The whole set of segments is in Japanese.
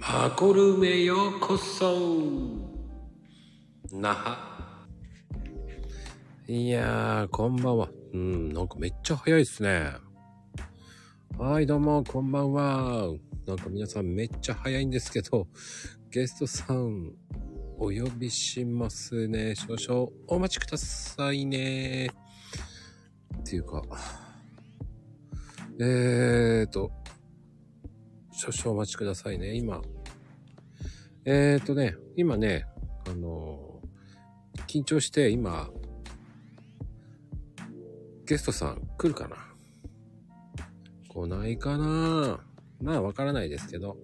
箱ルームへようこそ那覇いやー、こんばんは。うん、なんかめっちゃ早いですね。はい、どうも、こんばんは。なんか皆さんめっちゃ早いんですけど、ゲストさん、お呼びしますね。少々お待ちくださいね。っていうか、えーと、少々お待ちくださいね、今。えーとね、今ね、あのー緊張して今、ゲストさん来るかな来ないかなまあわからないですけど。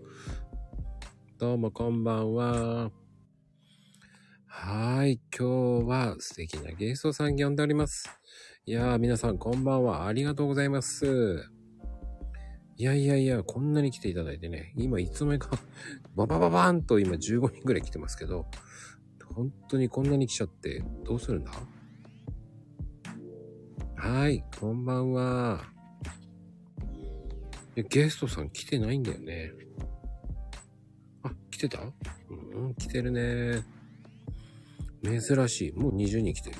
どうもこんばんは。はい、今日は素敵なゲストさん呼んでおります。いやー皆さんこんばんは。ありがとうございます。いやいやいや、こんなに来ていただいてね、今いつの間にか、ババババーンと今15人ぐらい来てますけど、本当にこんなに来ちゃってどうするんだはい、こんばんは。いやゲストさん来てないんだよね。あ、来てたうん、来てるね。珍しい。もう20人来てる。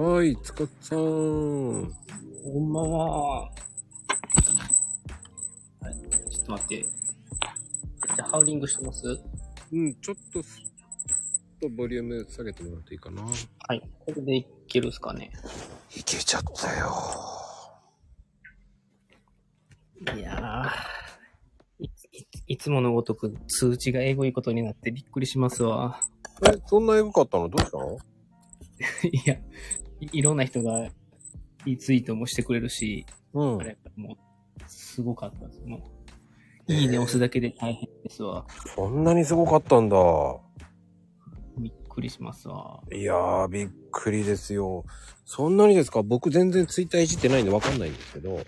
はい、つかっさん。こんばんは。はい、ちょっと待って。じゃあ、ハウリングしてますうん、ちょっとす、ちょっとボリューム下げてもらうといいかな。はい。これでいけるっすかね。いけちゃったよ。いやー。いついついつものごとく通知がエゴいことになってびっくりしますわ。 え、そんなエグかったのどうしたのいや、いいろんな人がリツイートもしてくれるし、うんあれ、もう、すごかったです。もう、いいね押すだけで大変ですわ。そんなにすごかったんだ。びっくりしますわ。いやー、びっくりですよ。そんなにですか僕全然ツイッターいじってないんでわかんないんですけど。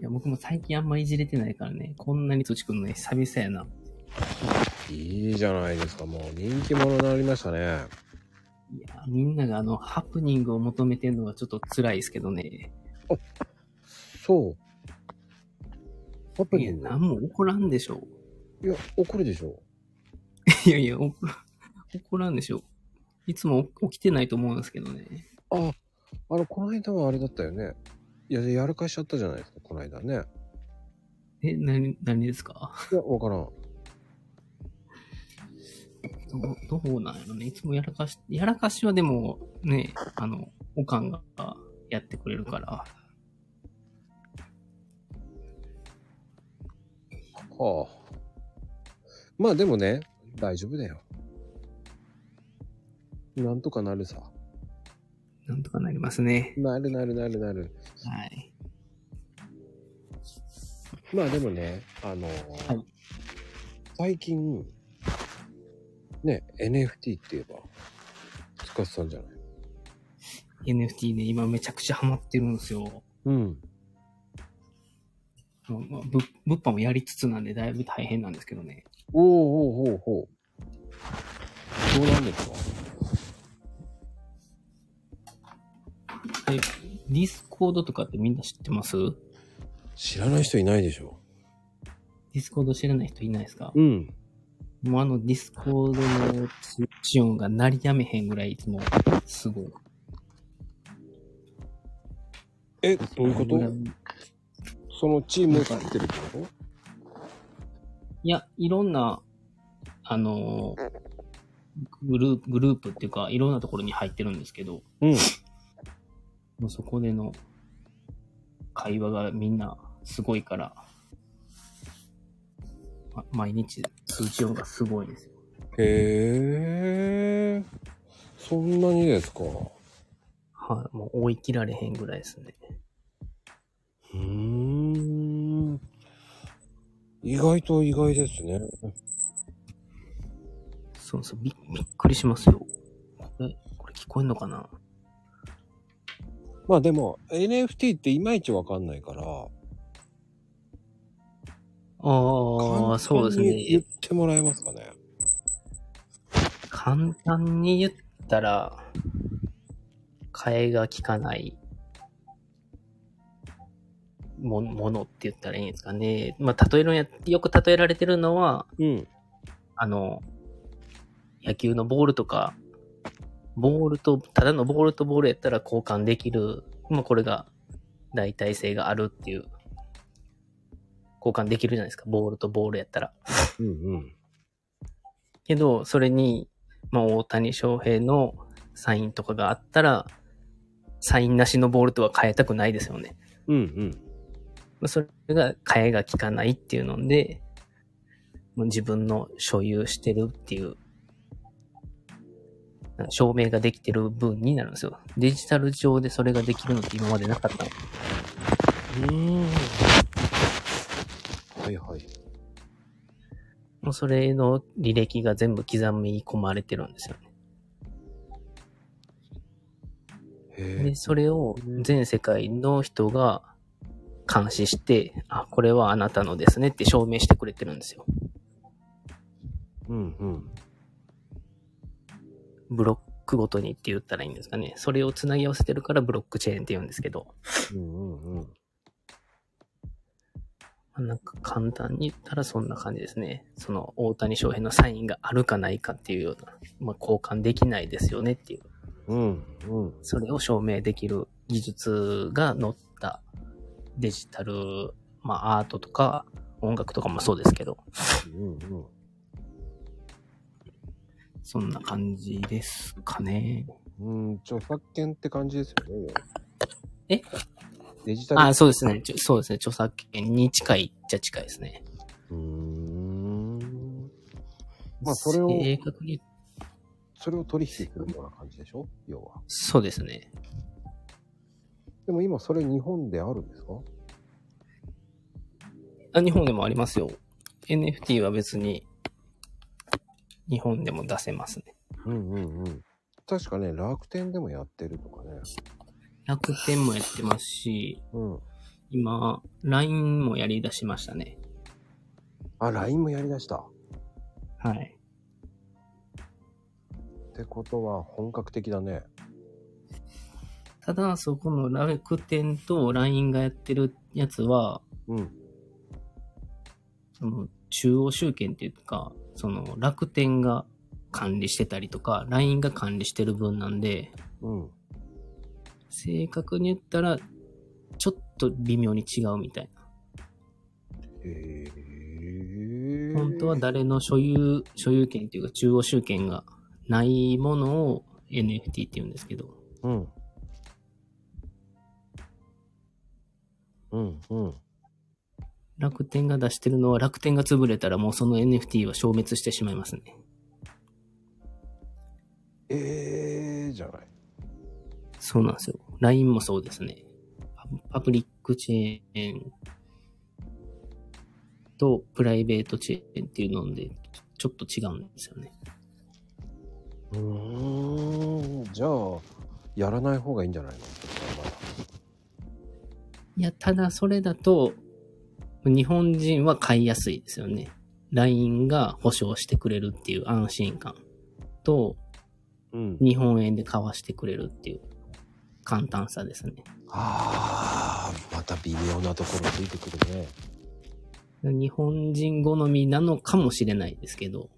いや、僕も最近あんまいじれてないからね、こんなに土地くんの久々やな。いいじゃないですか。もう人気者になりましたね。いや、みんながあの、ハプニングを求めてるのがちょっと辛いですけどね。そう。ハプいニや、ングなんも起こらんでしょ。いや、怒るでしょ。 いやい や、起こ起こらんでしょ。いつも起起きてないと思うんですけどね。あ、あの、この間はあれだったよね。いや、やるかしちゃったじゃないですか、この間ね。え、なに、何ですかいや、わからん。どうどうなんやろね。いつもやらかし、やらかしはでも、ね、あの、おかんがやってくれるから。はあ。まあでもね、大丈夫だよ。なんとかなるさ。なんとかなりますね。なるなるなるなる。はい。まあでもね、あのはい最近、ね、NFT って言えば、つかさんじゃない NFT ね、今めちゃくちゃハマってるんですよ。うん。まあまあぶ物販もやりつつなんで、だいぶ大変なんですけどね。おうおうおうおう。どうなんですかえ、ディスコードとかってみんな知ってますデ知らない人いないでしょ。ィスコード知らない人いないですか、うん。もうあのディスコードの通知音が鳴りやめへんぐらいいつもすごい。え、どういうことあのいそのチームを作ってるってこや、いろんな、あのー、グループ、グループっていうか、いろんなところに入ってるんですけど、とうん。もうそこでの会話がみんなすごいから、ま毎日通知音がすごいんですよ。へえ。そんなにですか。うはい、もう追い切られへんぐらいですね。ーん。意外と意外ですね。そうそう、びびっくりしますよ。これ、これ聞こえんのかなまあでも NFT っていまいちわかんないから、ああ、そうで簡す単に言っね。てもらえますかね。簡単に言ったら、替えが効かない。もものって言ったらいいんですかね。まあ、例えるんや、よく例えられてるのは、うん。あの、野球のボールとか、ボールと、ただのボールとボールやったら交換できる。まあ、これが、代替性があるっていう。交換できるじゃないですか。ボールとボールやったら。うんうん。けど、それに、まあ、大谷翔平のサインとかがあったら、サインなしのボールとは変えたくないですよね。うんうん。まあそれが替えが効かないっていうので、もう自分の所有してるっていう、なんか証明ができてる分になるんですよ。デジタル上でそれができるのって今までなかったのうん。はいはい。もうそれの履歴が全部刻み込まれてるんですよね。へえで、。それを全世界の人が監視して、あ、これはあなたのですねって証明してくれてるんですよ。うんうん。ブロックごとにって言ったらいいんですかね。それを繋ぎ合わせてるからブロックチェーンって言うんですけど。うんうんうん。なんか簡単に言ったらそんな感じですね。その大谷翔平のサインがあるかないかっていうような、まあ、交換できないですよねっていう、うんうん。それを証明できる技術が載ったデジタル、まあアートとか音楽とかもそうですけど、うんうん。そんな感じですかね。うん、著作権って感じですよね。えデジタル。あ、そうですね。ちょそうですね。著作権に近いっちゃ近いですね。うーん。まあ、それを、正確に、それを取引するような感じでしょ要は。そうですね。でも今、それ日本であるんですかあ、日本でもありますよ。NFT は別に、日本でも出せますね。うんうんうん。確かね、楽天でもやってるとかね。楽天もやってますし、うん。今、LINE もやり出しましたね。あ、LINE もやりだした。はい。ってことは、本格的だね。ただ、そこの楽天と LINE がやってるやつは、うん。その中央集権っていうか、その楽天が管理してたりとか、LINE が管理してる分なんで、うん。正確に言ったら、ちょっと微妙に違うみたいな。へえ。本当は誰の所有、所有権というか中央集権がないものを NFT って言うんですけど、うん。うんうん。楽天が出してるのは楽天が潰れたらもうその NFT は消滅してしまいますね。ええじゃない。そうなんですよ。LINE もそうですね。パパブリックチェーンとプライベートチェーンっていうので、ちょっと違うんですよね。うーん。じゃあ、やらない方がいいんじゃないのいや、ただそれだと、日本人は買いやすいですよね。LINE が保証してくれるっていう安心感と、うん。日本円で買わしてくれるっていう簡単さですね。ああ、また微妙なところついてくるね。日本人好みなのかもしれないですけど、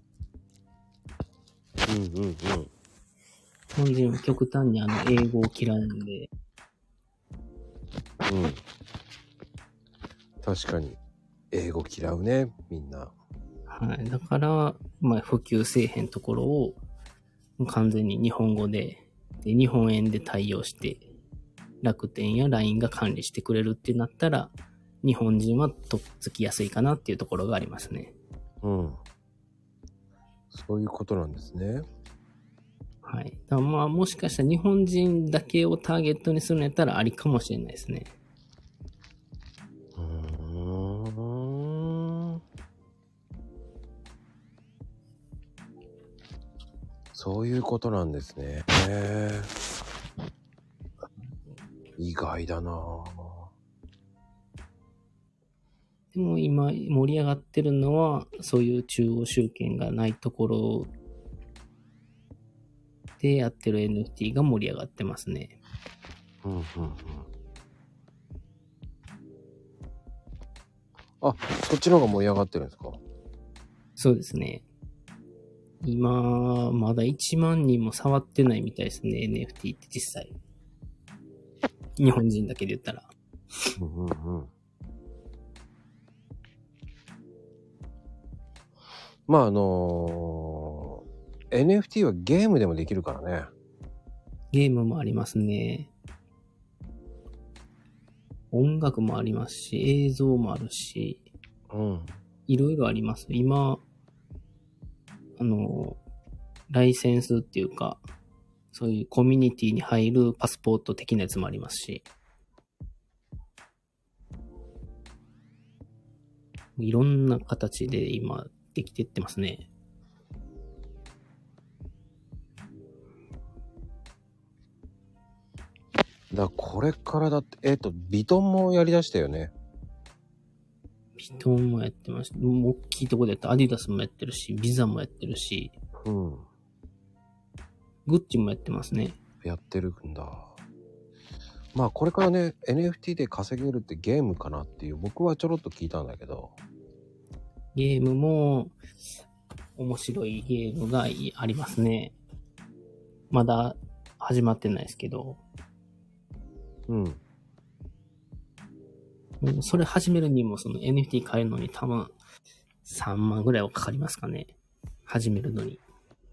うんうんうん。日本人は極端にあの英語を嫌いなんで、うん。確かに。英語嫌うね、みんな。はい。だから、まあ普及せえへんところを完全に日本語で、で日本円で対応して、楽天や LINE が管理してくれるってなったら、日本人はとっつきやすいかなっていうところがありますね。うん。そういうことなんですね。はい。だからまあもしかしたら日本人だけをターゲットにするんやったらありかもしれないですね。うーん。そういうことなんですね。へー意外だなぁでも今盛り上がってるのは、そういう中央集権がないところでやってる NFT が盛り上がってますね。うんうんうん。あ、そっちの方が盛り上がってるんですかそうですね。今、まだ1万人も触ってないみたいですね、NFT って実際。日本人だけで言ったら。うんうんうん。まああのー NFT はゲームでもできるからね。ゲームもありますね。音楽もありますし、映像もあるし、うん。いろいろあります。今、あの、ライセンスっていうか、そういうコミュニティに入るパスポート的なやつもありますし。いろんな形で今できてってますね。だからこれからだって、えっ、と、ビトンもやりだしたよね。ピトンもやってました。もう大きいとこでやった。アディダスもやってるし、ビザもやってるし、うん。グッチもやってますね。やってるんだ。まあこれからね、NFT で稼げるってゲームかなっていう、僕はちょろっと聞いたんだけど。ゲームも、面白いゲームがいありますね。まだ始まってないですけど、うん。もうそれ始めるにもその NFT 買えるのに多分3万ぐらいはかかりますかね。始めるのに。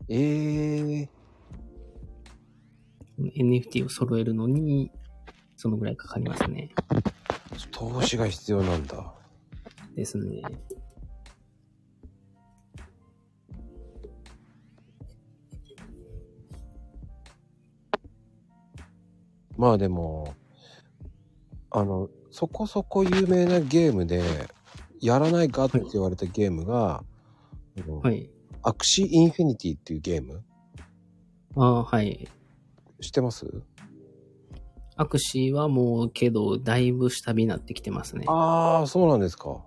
ええ NFT を揃えるのに、そのぐらいかかりますね。投資が必要なんだ。ですね。まあでも、あの、そこそこ有名なゲームで、やらないかって言われたゲームが、あのはい。アクシーインフィニティっていうゲームああ、はい。知ってますアクシーはもうけど、だいぶ下火になってきてますね。ああ、そうなんですか。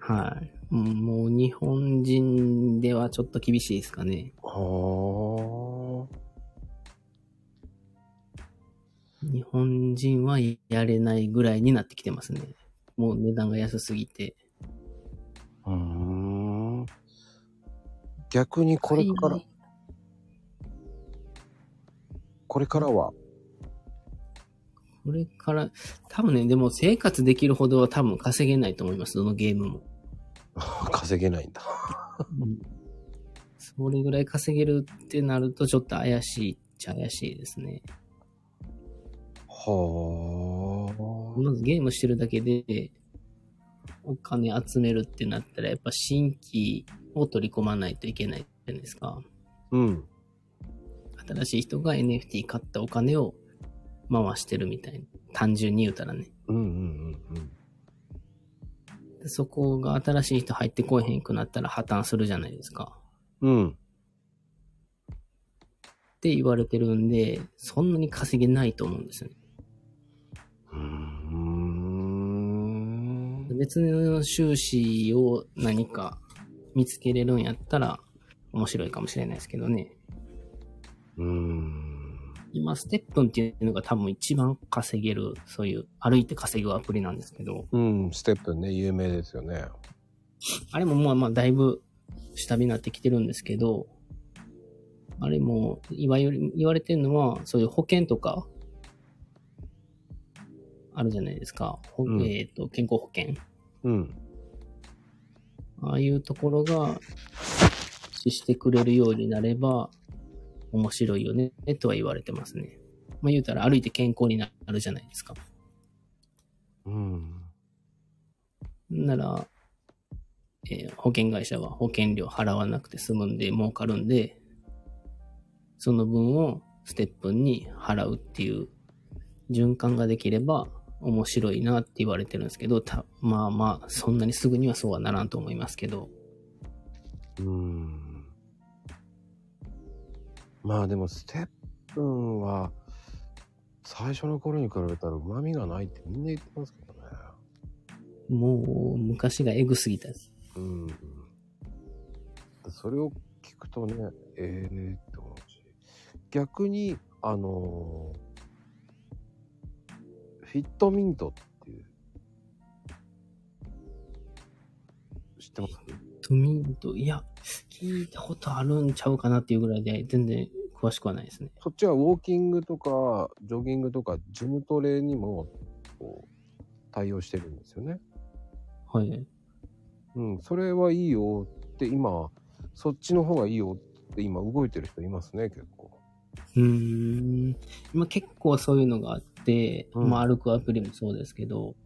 はい。うんもう日本人ではちょっと厳しいですかね。は日本人はやれないぐらいになってきてますね。もう値段が安すぎて。あ。うーん。逆にこれから、海これからは、 外これから、多分ね、でも生活できるほどは多分稼げないと思います、どのゲームも。稼げないんだ。それぐらい稼げるってなると、ちょっと怪しいっちゃ怪しいですね。はまずゲームしてるだけで、お金集めるってなったら、やっぱ新規を取り込まないといけないじゃないですか。あ。うん。新しい人が NFT 買ったお金を回してるみたいな。単純に言うたらね。うんうんうんうん。でそこが新しい人入ってこえへんくなったら破綻するじゃないですか。うん。って言われてるんで、そんなに稼げないと思うんですよね。うーん。別の収支を何か見つけれるんやったら面白いかもしれないですけどね。うーん。今、ステップンっていうのが多分一番稼げる、そういう歩いて稼ぐアプリなんですけど、うん、ステップね、有名ですよね。あれもまあまあだいぶ下火になってきてるんですけど、あれも、いわゆる、言われてるのは、そういう保険とか、あるじゃないですか。ほうんえっ、と、健康保険。うん。ああいうところが、してくれるようになれば、面白いよね、とは言われてますね。まあ言うたら歩いて健康になるじゃないですか。うん。なら、えー保険会社は保険料払わなくて済むんで儲かるんで、その分をステップンに払うっていう循環ができれば面白いなって言われてるんですけど、たまあまあ、そんなにすぐにはそうはならんと思いますけど、うん。まあでも、ステップンは、最初の頃に比べたら旨味がないってみんな言ってますけどね。もう昔がエグすぎたです。うん。それを聞くとね、ええー、って思うし。逆に、あのーフィットミントっていう、知ってますトミント、いや、聞いたことあるんちゃうかなっていうぐらいで、全然詳しくはないですね。そっちはウォーキングとか、ジョギングとか、ジムトレにも、こう、対応してるんですよね。はい。うん、それはいいよって今、そっちの方がいいよって今動いてる人いますね、結構。うーん。今結構そういうのがあって、うんまあ歩くアプリもそうですけど、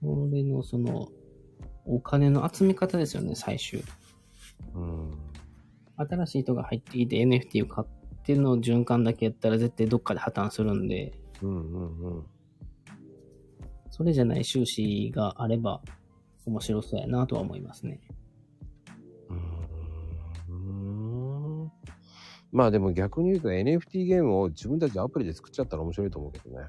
それのその、お金の集め方ですよね、最終。うん。新しい人が入ってきて NFT を買っての循環だけやったら絶対どっかで破綻するんで、うんうんうん。それじゃない収支があれば面白そうやなとは思いますね。うーんまあでも逆に言うと NFT ゲームを自分たちでアプリで作っちゃったら面白いと思うけどね。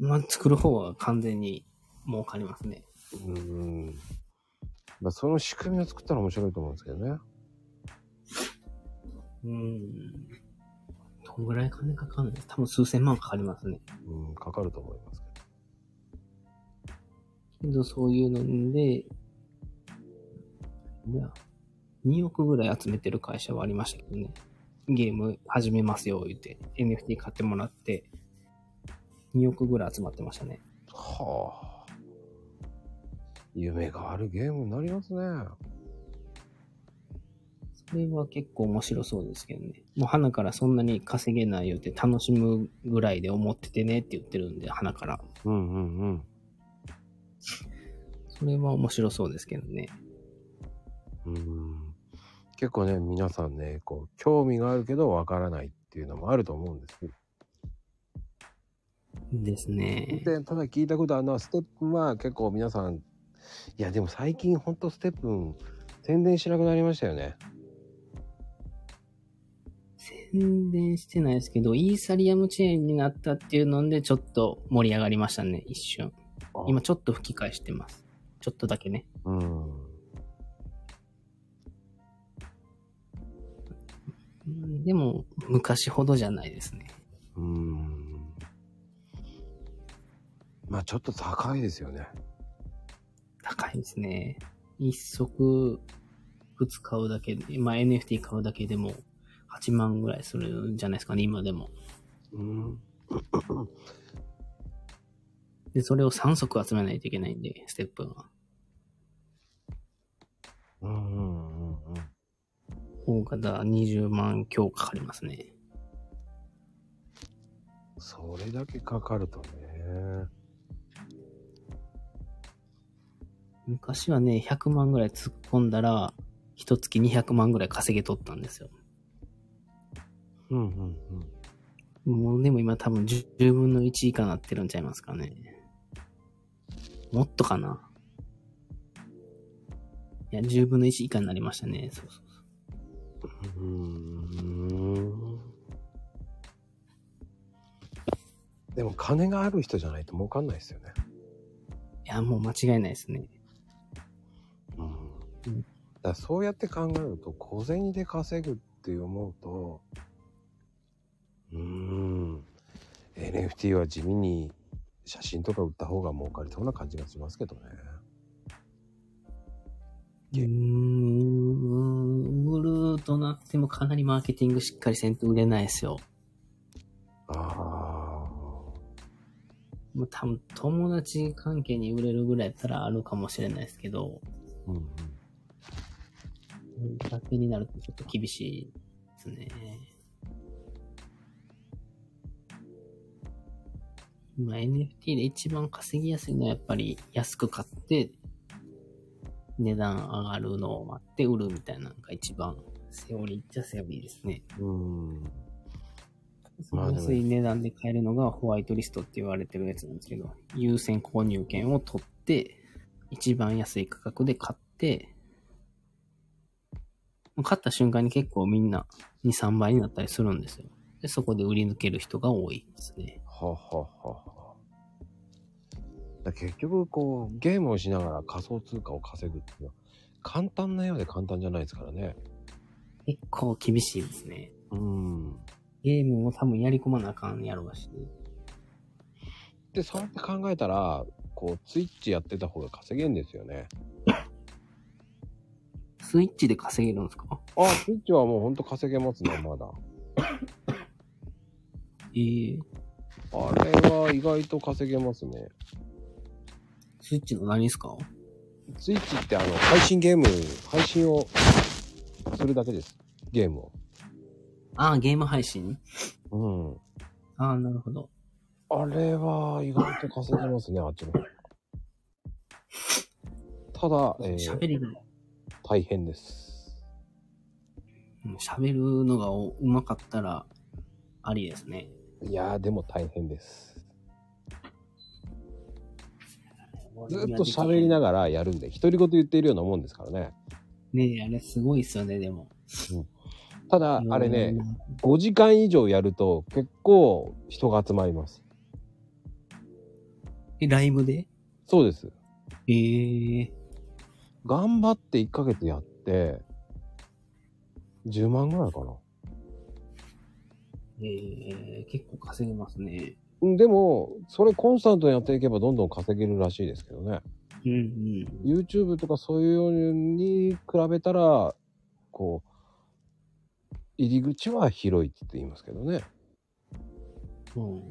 まあ作る方は完全に儲かりますね。うーん。まあその仕組みを作ったら面白いと思うんですけどね。うん。どんぐらい金かかるんです多分数千万かかりますね。うん、かかると思いますけどそういうので、いや、2億ぐらい集めてる会社はありましたけどね。ゲーム始めますよ、言って。NFT 買ってもらって、2億ぐらい集まってましたね。けど。はあ。夢があるゲームになりますね。それは結構面白そうですけどね。もう花からそんなに稼げない言うて楽しむぐらいで思っててねって言ってるんで、花から。うんうんうん。それは面白そうですけどね。うーん結構ね、皆さんね、こう、興味があるけどわからないっていうのもあると思うんですけど。ですね。で、ただ聞いたことあるのは、ステップは結構皆さん、いや、でも最近ほんとステップ宣伝しなくなりましたよね。宣伝してないですけど、イーサリアムチェーンになったっていうので、ちょっと盛り上がりましたね、一瞬。今ちょっと吹き返してます。ちょっとだけね。うん。うんでも、昔ほどじゃないですね。うん。まあちょっと高いですよね。高いですね。一足、靴買うだけで、まあ NFT 買うだけでも、8万ぐらいするんじゃないですかね、今でも。うん。で、それを3足集めないといけないんで、ステップは。うんうんうんうん。大方20万強かかりますね。それだけかかるとね。昔はね、100万ぐらい突っ込んだら、一月200万ぐらい稼げとったんですよ。うんうんうん。もうでも今多分10分の1以下なってるんちゃいますかね。もっとかな。いや、10分の1以下になりましたね。そうそうそうーうんでも金がある人じゃないと儲かんないですよね。いや、もう間違いないですね。うんうんだからそうやって考えると小銭で稼ぐって思うとうーん NFT は地味に写真とか売った方が儲かりそうな感じがしますけどね。うーん、ブルーとなってもかなりマーケティングしっかりせんと売れないですよ。ああ。もう多分友達関係に売れるぐらいやったらあるかもしれないですけど、うんうんだけになるとちょっと厳しいですね。今 NFT で一番稼ぎやすいのはやっぱり安く買って値段上がるのを待って売るみたいなのが一番セオリーっちゃセオリーですね。うんまあでも安い値段で買えるのがホワイトリストって言われてるやつなんですけど、優先購入権を取って、一番安い価格で買って、もう買った瞬間に結構みんな2、3倍になったりするんですよ。で、そこで売り抜ける人が多いですね。ははははだ結局こうゲームをしながら仮想通貨を稼ぐっていうのは簡単なようで簡単じゃないですからね結構厳しいですね。うんゲームも多分やり込まなあかんやろうし、でそうやって考えたらこう、ツイッチやってた方が稼げんですよね。スイッチで稼げるんですかあ、 ツイッチはもうほんと稼げますね、まだ。ええあれは意外と稼げますね。スイッチの何ですかツイッチってあの、配信ゲーム、配信をするだけです。ゲームを。ああ、ゲーム配信うん。ああ、なるほど。あれは意外と稼げますね、あっちの方。ただ、えー喋りが、大変です。うん喋るのがおうまかったら、ありですね。いやー、でも大変です。ずっと喋りながらやるんで、独り言言っているようなもんですからね。ねえ、あれすごいっすよね、でも。ただ、あれね、。5時間以上やると結構人が集まります。え、ライブでそうです。ええ頑張って1ヶ月やって、10万ぐらいかな。ええ結構稼げますね。うんでも、それコンスタントにやっていけばどんどん稼げるらしいですけどね。うんうん。 YouTube とかそういうように比べたら、こう、入り口は広いって言いますけどね。うん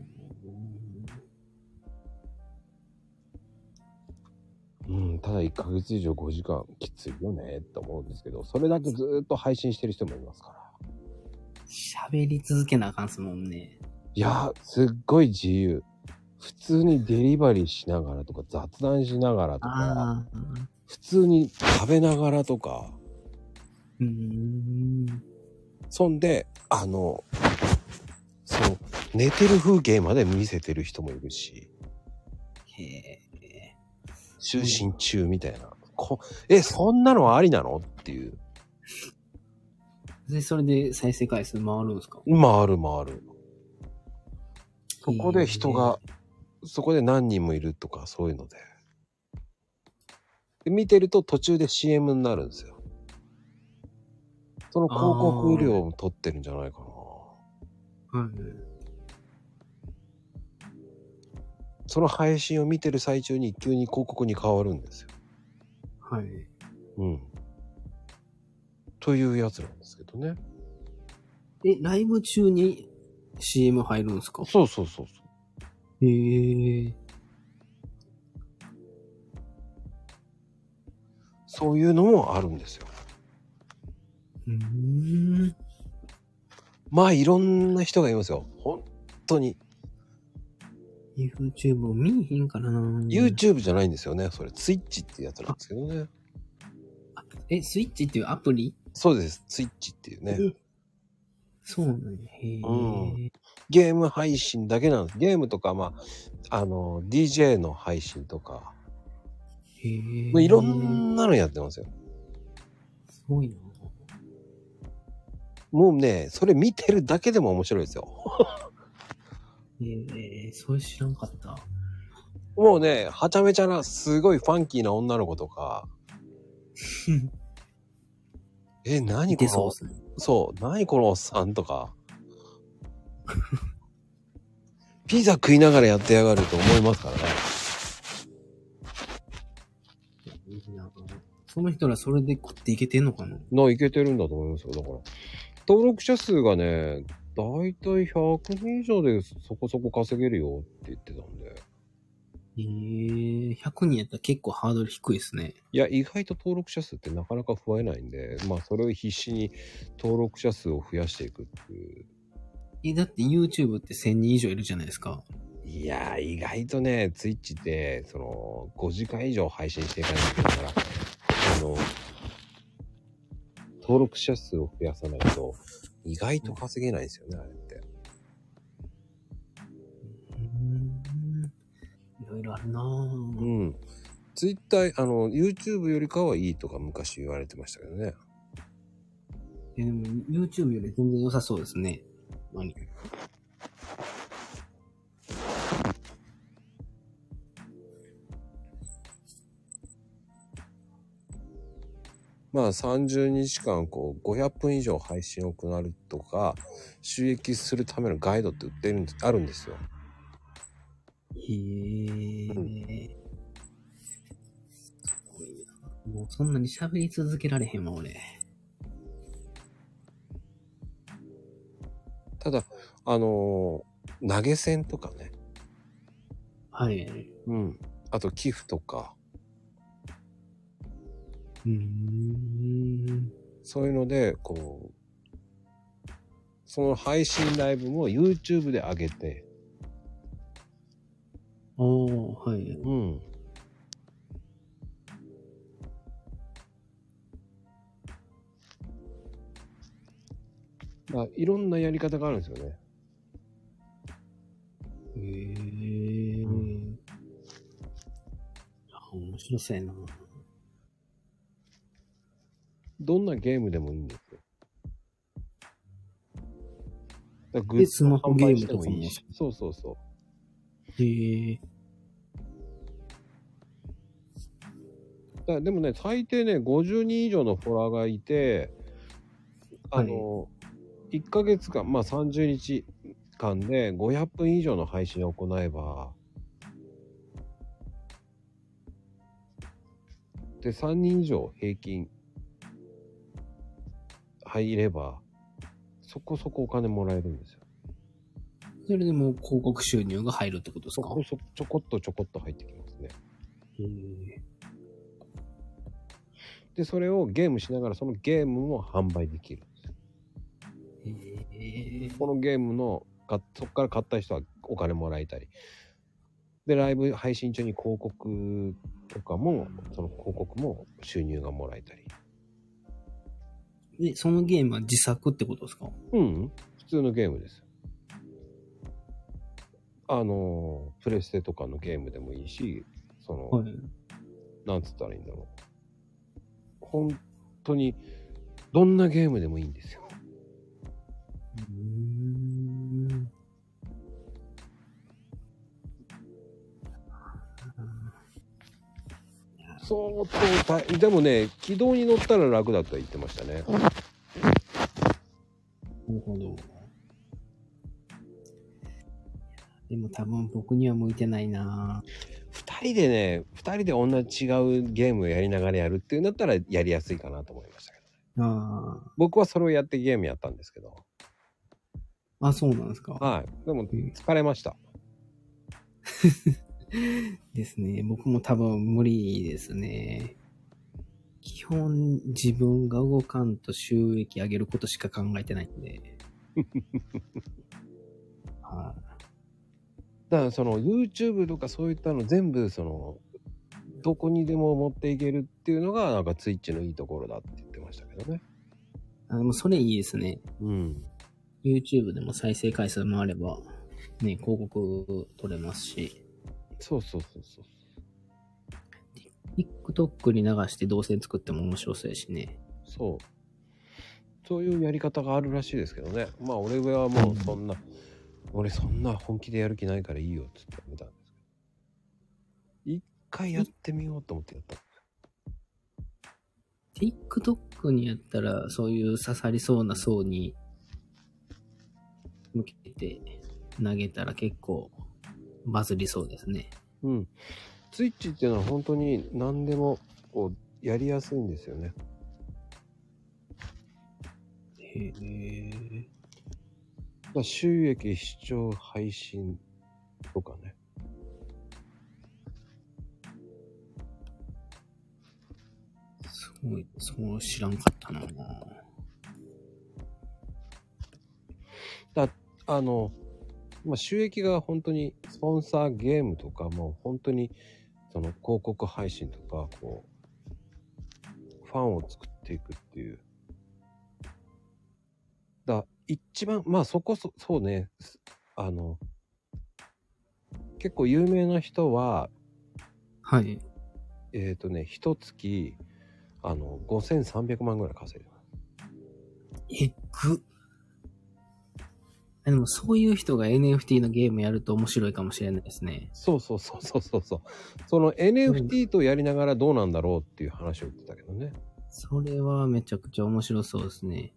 うん、ただ1ヶ月以上5時間きついよねと思うんですけど、それだけずーっと配信してる人もいますから。喋り続けなあかんっすもんね。いやー、すっごい自由。普通にデリバリーしながらとか、雑談しながらとか、ああ。普通に食べながらとか、うーん。そんで、あの、その、寝てる風景まで見せてる人もいるし。へえ。就寝中みたいな。こえ、そんなのありなのっていう。で、それで再生回数回るんですか回る回る。そこで人が、そこで何人もいるとか、そういうので。で見てると途中で CM になるんですよ。その広告料を取ってるんじゃないかな。はい。その配信を見てる最中に急に広告に変わるんですよ。はい。うん。というやつなんですけどね。え、ライブ中に CM 入るんですかそうそうそうそう。へえ。そういうのもあるんですよ。うーん。まあいろんな人がいますよ。本当に。 YouTube を見にひんからな。 YouTube じゃないんですよね。それ、Twitch っていうやつなんですけどね。え、スイッチっていうアプリそうです。Twitch っていうね。そうなんや。へえ。うんゲーム配信だけなんです。ゲームとか、まあ、あの、DJ の配信とか、へえ。もういろんなのやってますよ。すごいな。もうね、それ見てるだけでも面白いですよ。へえ、それ知らんかった。もうね、はちゃめちゃな、すごいファンキーな女の子と か、え、何こ出そうのっ、すね。そう、何このおっさんと か、ピザ食いながらやってやがると思いますからね。いいなその人らそれで食っていけてんのかなな、いけてるんだと思いますよ。だから。登録者数がね、だいたい100人以上でそこそこ稼げるよって言ってたんで。ええ100人やったら結構ハードル低いですね。いや、意外と登録者数ってなかなか増えないんで、まあ、それを必死に登録者数を増やしていくっていう。え、だって YouTube って1000人以上いるじゃないですか。いやー、意外とね、ツイッチって、その、5時間以上配信していかないといけないから、あの、登録者数を増やさないと、意外と稼げないんですよね、あれって。うん。いろいろあるなうぁ。ん。ツイッター、あの、YouTube よりかはいいとか昔言われてましたけどね。え、でも YouTube より全然良さそうですね。何まあ30日間こう500分以上配信を行うとか、収益するためのガイドって売ってるんです、あるんですよ。へえ、もうそんなに喋り続けられへんわ、俺。ただ、あのー投げ銭とかね。はい。うん。あと寄付とか、うーん。そういうので、こう、その配信ライブも YouTube で上げて、おー、はい。うん。まあ、いろんなやり方があるんですよね。へえ。あ面白そうやな。どんなゲームでもいいんですよ。だからグで、スマホゲームとかも。し。そうそうそへえ。う。だからでもね、最低ね、50人以上のフォロワーがいて、あの、1ヶ月間、まあ30日間で500分以上の配信を行えば、で、3人以上平均入れば、そこそこお金もらえるんですよ。それでもう広告収入が入るってことですそかこそこちょこっとちょこっと入ってきますね。へえ。で、それをゲームしながら、そのゲームも販売できる。へえ。このゲームのが、そこから買った人はお金もらえたり。で、ライブ配信中に広告とかも、その広告も収入がもらえたり。で、そのゲームは自作ってことですかうん、普通のゲームです。あの、プレステとかのゲームでもいいし、その、はい。なんつったらいいんだろう。本当に、どんなゲームでもいいんですよ。うん。相当大でもね軌道に乗ったら楽だとは言ってましたねなるほど。でも多分僕には向いてないなぁ2人でね2人で同じ違うゲームをやりながらやるっていうんだったらやりやすいかなと思いましたけどあ僕はそれをやってゲームやったんですけどあ。あ、そうなんですか。はいでもん疲れましたですね。僕も多分無理ですね。基本自分が動かんと収益上げることしか考えてないんで。 はだからその YouTube とかそういったの全部そのどこにでも持っていけるっていうのがなんか Twitch のいいところだって言ってましたけどねい。あでもそれいいですね。うん YouTube でも再生回数もあれば、ね、広告取れますし、そうそうそうそう TikTok に流して動線作っても面白そうやしね。そう。そういうやり方があるらしいですけどね。まあ俺はもうそんな、俺そんな本気でやる気ないからいいよっつってやめたんですけど。一回やってみようと思ってやった。 TikTok にやったら、そういう刺さりそうな層に向けて投げたら結構バズりそうですね。うん。ツイッチっていうのは本当に何でもこうやりやすいんですよね。へえ。だから収益、視聴、配信とかね。すごい、そう知らんかったな。あの、まあ、収益が本当にスポンサーゲームとかもう本当にその広告配信とかこうファンを作っていくっていうだ一番まあそこそそうねすあの結構有名な人ははい。えっ、とね一月あの5300万ぐらい稼いでますえぐ。でもそういう人が NFT のゲームやると面白いかもしれないですね。そうそうそうそうそうそうその NFT とやりながらどうなんだろうっていう話を言ってたけどねそれはめちゃくちゃ面白そうですね。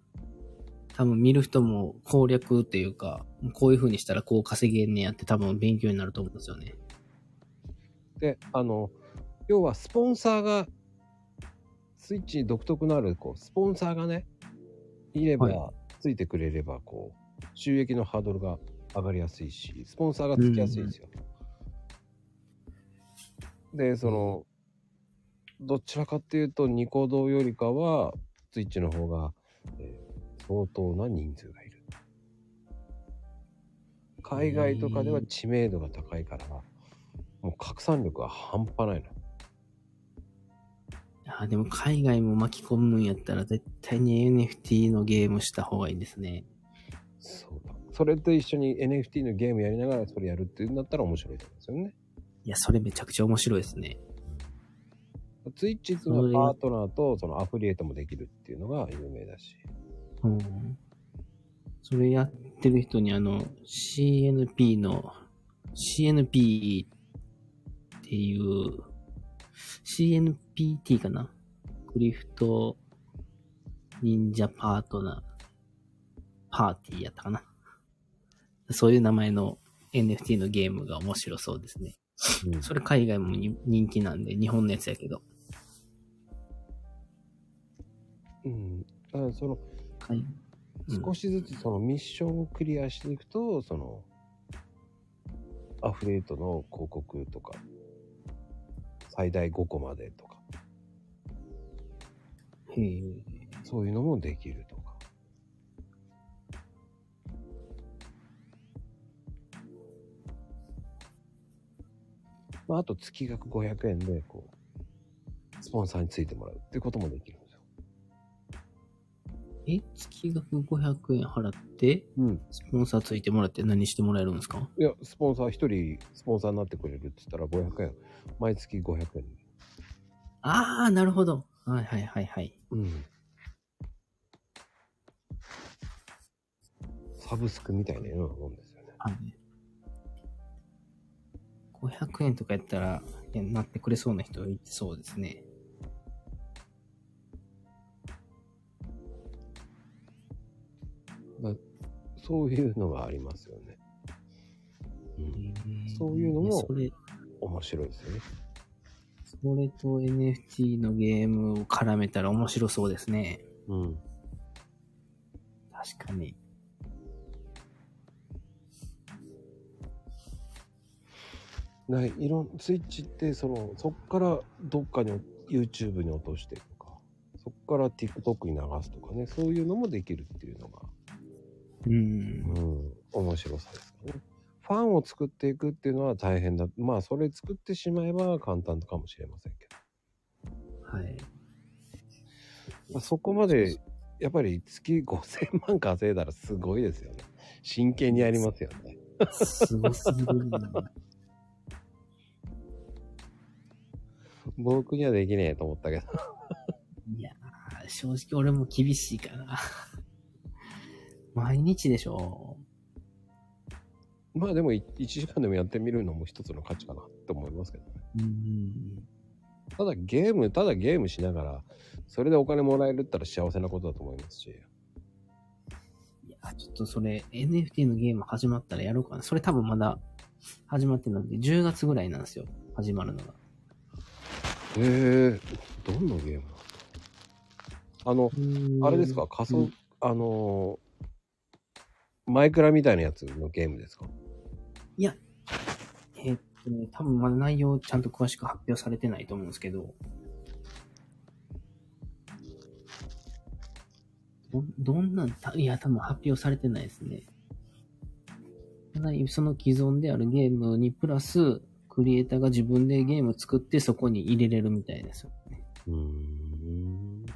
多分見る人も攻略っていうか、こういう風にしたらこう稼げんねやって多分勉強になると思うんですよね。であの要はスポンサーがスイッチ独特のある、こう、スポンサーがね、いれば、はついてくれれば、こう、収益のハードルが上がりやすいし、スポンサーがつきやすいんですよ。で、その、どちらかっていうと、ニコ動よりかは、ツイッチの方が、えー相当な人数がいる。海外とかでは知名度が高いから、もう拡散力が半端ないの。あーでも海外も巻き込むんやったら絶対に NFT のゲームした方がいいですね。そうだ。それと一緒に NFT のゲームやりながらそれやるっていうんだったら面白いと思うんですよね。いや、それめちゃくちゃ面白いですね。ツイッチのパートナーとそのアフリエイトもできるっていうのが有名だし。うん。それやってる人にあの、CNP の、CNP っていう、CNPT かなクリフト忍者パートナー、パーティーやったかなそういう名前の NFT のゲームが面白そうですね。うんそれ海外もに人気なんで、日本のやつやけど。うん。だからそのはい。うん少しずつそのミッションをクリアしていくと、そのアフリエイトの広告とか、最大5個までとか、へえそういうのもできるとか。まあ、あと月額500円で、こう、スポンサーについてもらうっていうこともできるんですよ。え、月額500円払って、うん。スポンサーついてもらって何してもらえるんですかいや、スポンサー一人、スポンサーになってくれるって言ったら500円。毎月500円。ああ、なるほど。はいはいはいはい。うん。サブスクみたいなようなもんですよね。はい、500円とかやったら、いやなってくれそうな人いてそうですね。そういうのがありますよね。うんそういうのもねそれ、面白いですよね。それと NFT のゲームを絡めたら面白そうですね。うん。確かに。ない、いろん、スイッチって、その、そっからどっかに YouTube に落としてとか、そっから TikTok に流すとかね、そういうのもできるっていうのが、うん。うん、面白さですかね。ファンを作っていくっていうのは大変だ。まあ、それ作ってしまえば簡単かもしれませんけはど。い。まあ、そこまで、やっぱり月5000万稼いだらすごいですよね。真剣にやりますよね。すごすぎるな。僕にはできねえと思ったけど。 いやー、正直俺も厳しいから。毎日でしょ。まあでも1時間でもやってみるのも一つの価値かなって思いますけどね。うん。ただゲーム、ただゲームしながら、それでお金もらえるったら幸せなことだと思いますし。いや、ちょっとそれ、NFT のゲーム始まったらやろうかな。それ多分まだ始まってないんで、10月ぐらいなんですよ。始まるのが。へえ、どんなゲームなのあの、あれですか仮想、うんあのーマイクラみたいなやつのゲームですかえーっとね、多分まだ内容ちゃんと詳しく発表されてないと思うんですけど、ど、どんなん、たいや、多分発表されてないですね。ただ、その既存であるゲームにプラス、クリエイターが自分でゲームを作ってそこに入れれるみたいですよね。うーん。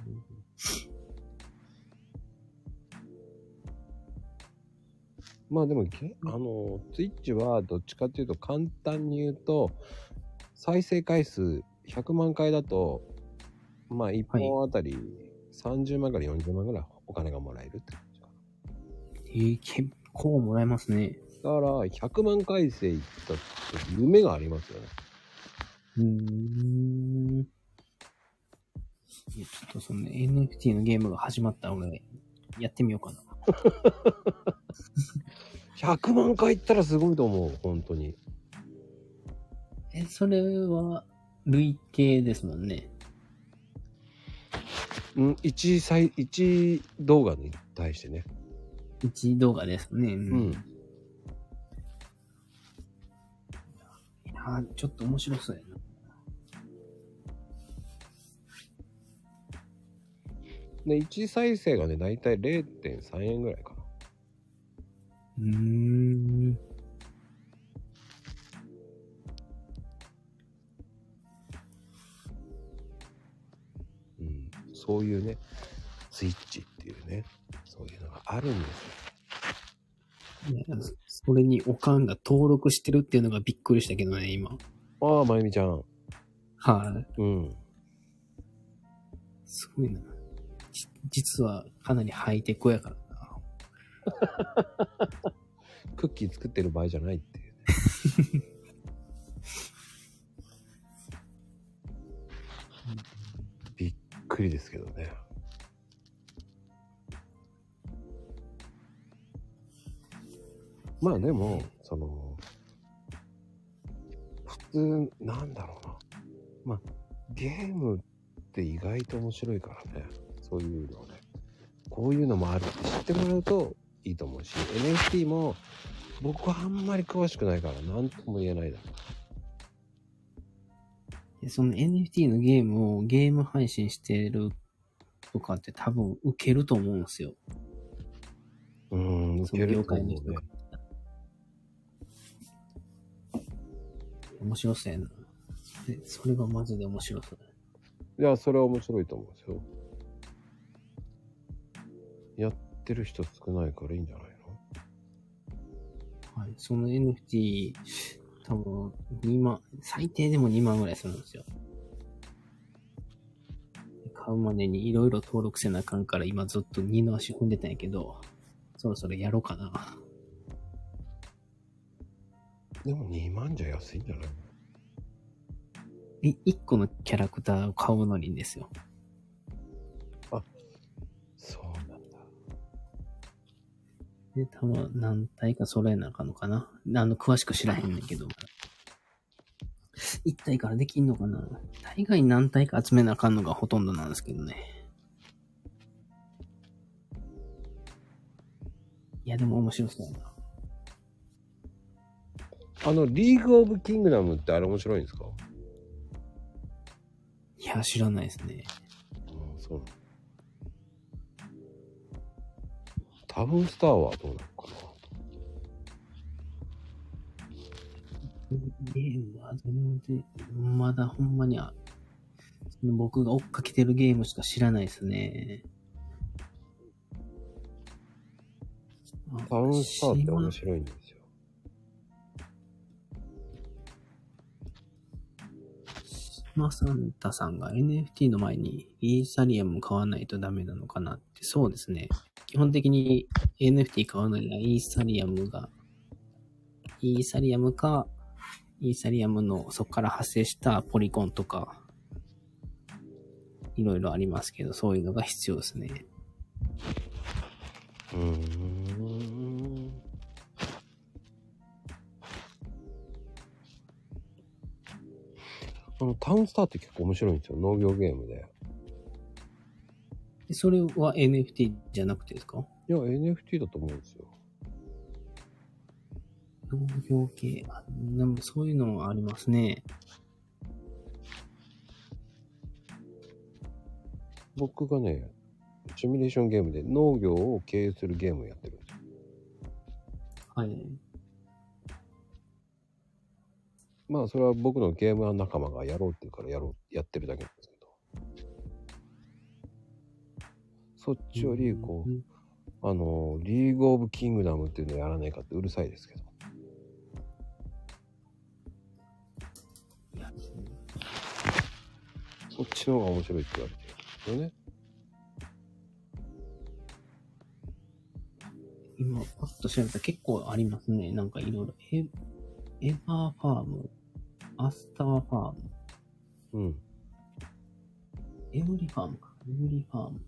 まあでもゲ、あの、ツイッチはどっちかっていうと簡単に言うと、再生回数100万回だと、まあ1本あたり30万から40万ぐらいお金がもらえるって感じかえー結構もらえますね。な。だから、100万回生いったって夢がありますよね。うーん。いや、ちょっとその NFT のゲームが始まったら俺、やってみようかな。 100万回いったらすごいと思う、本当に。え、それは、累計ですもんね。うん、1再、一動画に対してね。一動画ですね。うんうん。いやーちょっと面白そうやな。で、1再生がね、だいたい0.3円ぐらいかな。うーん。うん。そういうね、スイッチっていうね、そういうのがあるんですよ。いやそれにおかんが登録してるっていうのがびっくりしたけどね、今。ああ、まゆみちゃん。はい。うん。すごいな。じ実はかなりハイテクやからな。クッキー作ってる場合じゃないっていう、ね。 びっくりですけどね。まあでも、その、普通、なんだろうな。まあ、ゲームって意外と面白いからね。そういうのね。こういうのもあるって知ってもらうといいと思うし、NFT も僕はあんまり詳しくないから何とも言えないだろでその NFT のゲームをゲーム配信してるとかって多分受けると思うんですよ。う。うん、その業界の受人けるが。面白そうやな。でそれがマジで面白そう。いや、それは面白いと思うんですよ。やってる人少ないからいいんじゃないはい、その NFT、多分2万、最低でも2万ぐらいするんですよ。買うまでにいろいろ登録せなあかんから今ずっと二の足踏んでたんやけど、そろそろやろうかな。のでも2万じゃ安いんじゃないい1個のキャラクターを買うのにですよ。そうなんだ。で、多分何体か揃えなあかんのかな。あの、詳しく知らへんねんけど。1体からできんのかな大概何体か集めなあかんのがほとんどなんですけどね。いや、でも面白そうやな。あの、リーグオブキングダムってあれ面白いんですかいや、知らないですね。うん、そうなの。タブースターはどうなのかなゲームは全然、まだほんまにあ、その僕が追っかけてるゲームしか知らないですね。タブースターって面島白いんですよ。島サンタさんが NFT の前にイーサリアム買わないとダメなのかなって、そうですね。基本的に NFT 買わないらイーサリアムが、イーサリアムか、イーサリアムのそこから派生したポリコンとか、いろいろありますけど、そういうのが必要ですね。うーん。あの、タウンスターって結構面白いんですよ。農業ゲームで。でそれは NFT じゃなくてですかいや、NFT だと思うんですよ。農業系、あでもそういうのもありますね。僕がね、シミュレーションゲームで農業を経営するゲームをやってるんですよ。はい。まあ、それは僕のゲーム仲間がやろうって言うからやろう、やってるだけなんですけど。そっちより、こう、んあの、リーグオブキングダムっていうのやらないかってうるさいですけど。いやそっちの方が面白いって言われてるんですよね。今、パッと調べたら結構ありますね。なんかいろいろ。エ、エヴァーファーム、アスターファーム、うん。エブリファームか。エブリファーム。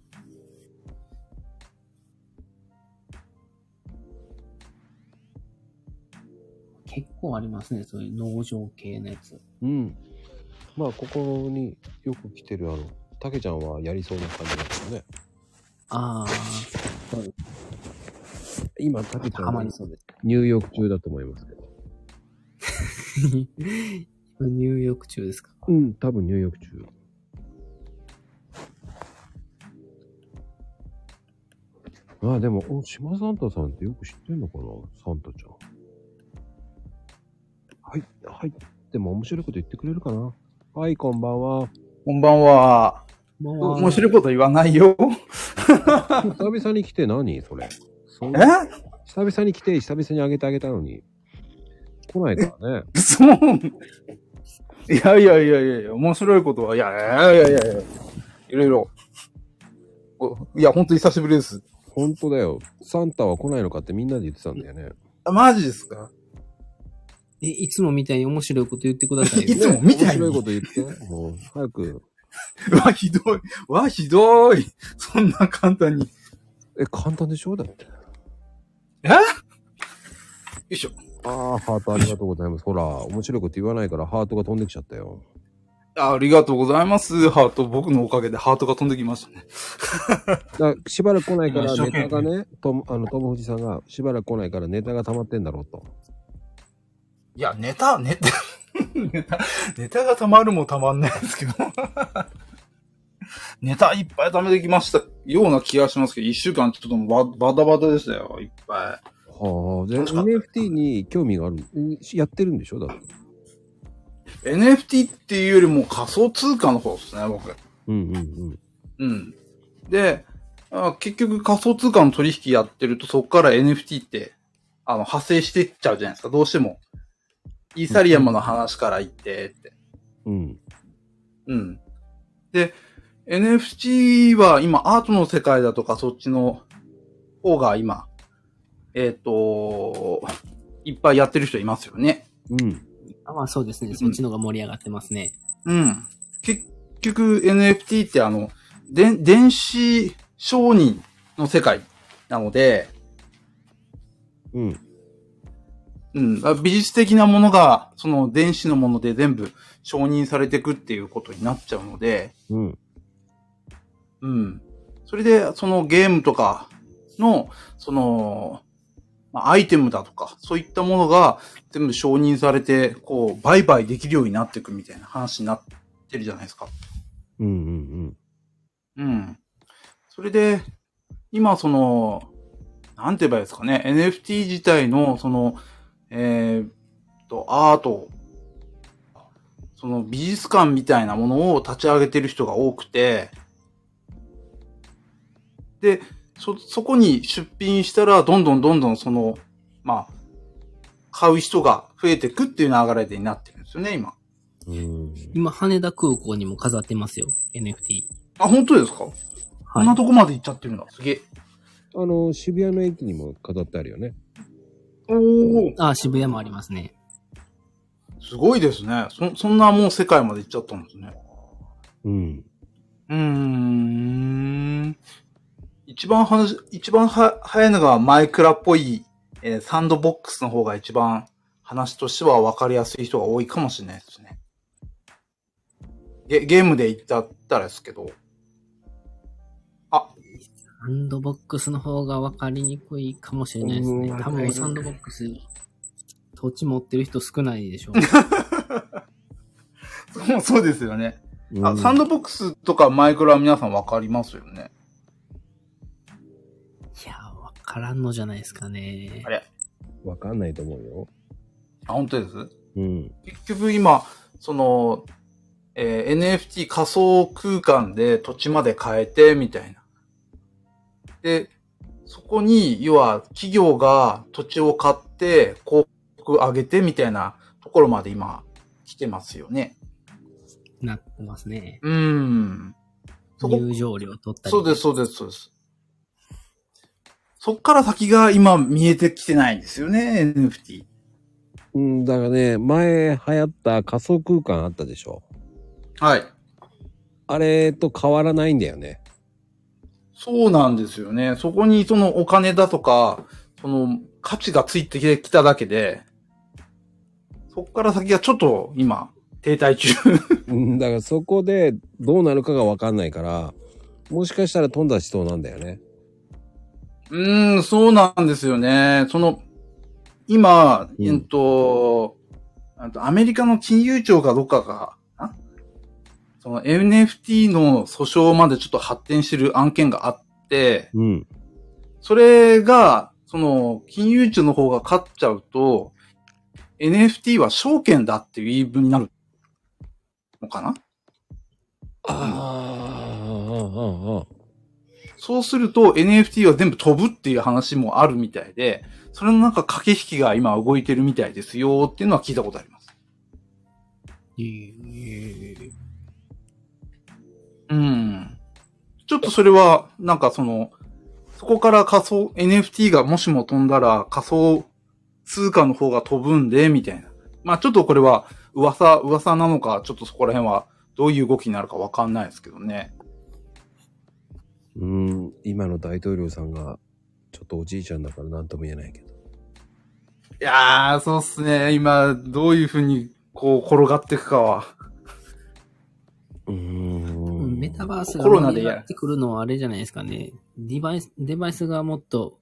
結構ありますね。そういう農場系のやつ。うん。まあ、ここによく来てるあの、たけちゃんはやりそうな感じだけどね。ああ、今、たけちゃん高まはりそうです。入浴中だと思いますけど。今入浴中ですかうん、多分入浴中。まあでも、お、島サンタさんってよく知ってんのかなサンタちゃん。はい、はい。でも面白いこと言ってくれるかなはい、こんばんは。こんばんは。まあ、面白いこと言わないよ。 久々に来て何それ。そんえな久々に来て、久々にあげてあげたのに。来ないからね。そう。いやいやいやいやいや、面白いことは、いやいやいやいやいや、いろいろ。おいや、本当に久しぶりです。本当だよ。サンタは来ないのかってみんなで言ってたんだよ ね。あマジですかえ、いつもみたいに面白いこと言ってくださいいよ。つも見たい面白いこに。と言って。もう、早く。わ、ひどい。わ、ひどい。そんな簡単に。よえ、簡単でしょだって。いしょ。ああ、ハートありがとうございます。ほら、面白いこと言わないからハートが飛んできちゃったよ。ありがとうございます。ハート。僕のおかげでハートが飛んできましたね。だからしばらく来ないから一生ネ懸命タがね、ともあの、友藤さんが、しばらく来ないからネタが溜まってんだろうと。いや、ネタ、ネタ、ネタ、ネタがたまるもたまんないですけど。 ネタいっぱい貯めてきましたような気がしますけど、一週間ちょっともうババタバタでしたよ、いっぱい。はあ、で、楽しかった NFT に興味がある、んやってるんでしょだって。 NFT っていうよりも仮想通貨の方ですね、僕。うんうんうん。うん。で、あ結局仮想通貨の取引やってると、そこから NFT って、あの、派生してっちゃうじゃないですか、どうしても。イーサリアムの話から言って、って。うん。うん。で、NFT は今アートの世界だとかそっちの方が今、えっ、と、いっぱいやってる人いますよね。うん。あまあそうですね。そっちの方が盛り上がってますね。うん。結局 NFT ってあの、で電子商人の世界なので、うん。うん、あ美術的なものがその電子のもので全部承認されていくっていうことになっちゃうので、うん。うん。それで、そのゲームとかの、その、まあアイテムだとか、そういったものが全部承認されて、こう、売買できるようになっていくみたいな話になってるじゃないですか。うんうんうん。それで、今、その、なんて言えばいいですかね、NFT 自体の、その、えーっと、アート、その美術館みたいなものを立ち上げてる人が多くて、で、そ、そこに出品したら、どんどんどんどんその、まあ、買う人が増えてくっていう流れでになってるんですよね、今。うん。うん。今、羽田空港にも飾ってますよ。NFT。あ、本当ですか、こは。んないとこまで行っちゃってるんだ。すげえ。あの、渋谷の駅にも飾ってあるよね。おー。あ、渋谷もありますね。すごいですね。そ、そんなもう世界まで行っちゃったんですね。うん。うーん。一番はじ、一番は、早いのがマイクラっぽい、えーサンドボックスの方が一番話としては分かりやすい人が多いかもしれないですね。ゲ、ゲームで言ったったらですけど。サンドボックスの方が分かりにくいかもしれないですねう。ん多分、サンドボックス、土地持ってる人少ないでしょう。 そう そうですよね。うあ、んサンドボックスとかマイクラは皆さん分かりますよね。いや、分からんのじゃないですかねあ。れわかんないと思うよ。あ、本当ですうん。結局今、その、えー NFT 仮想空間で土地まで変えて、みたいな。で、そこに、要は企業が土地を買って、広告上げて、みたいなところまで今、来てますよね。なってますね。うーん。そこ入場料取ったり。そうです、そうです、そうです。そっから先が今見えてきてないんですよね、NFT。うん、だからね、前流行った仮想空間あったでしょ。はい。あれと変わらないんだよね。そうなんですよね。そこにそのお金だとか、その価値がついてきただけで、そこから先がちょっと今、停滞中。うんだからそこでどうなるかがわかんないから、もしかしたら飛んだしそうなんだよね。 うーん、そうなんですよね。その、今、うんえっと、あとアメリカの金融庁かどっかが、あその NFT の訴訟までちょっと発展してる案件があって、うん。それが、その、金融庁の方が勝っちゃうと、NFT は証券だっていう言い分になるのかなああ、ああ、ああ。そうすると NFT は全部飛ぶっていう話もあるみたいで、それのなんか駆け引きが今動いてるみたいですよっていうのは聞いたことあります。うん。ちょっとそれは、なんかその、そこから仮想、NFT がもしも飛んだら仮想通貨の方が飛ぶんで、みたいな。まあちょっとこれは噂、噂なのか、ちょっとそこら辺はどういう動きになるかわかんないですけどね。うん、今の大統領さんが、ちょっとおじいちゃんだから何とも言えないけど。いやー、そうっすね。今、どういうふうに、こう、転がっていくかは。うーん。メタバースがコロナで盛り上がってくるのはあれじゃないですかね。デバイス、デバイスがもっと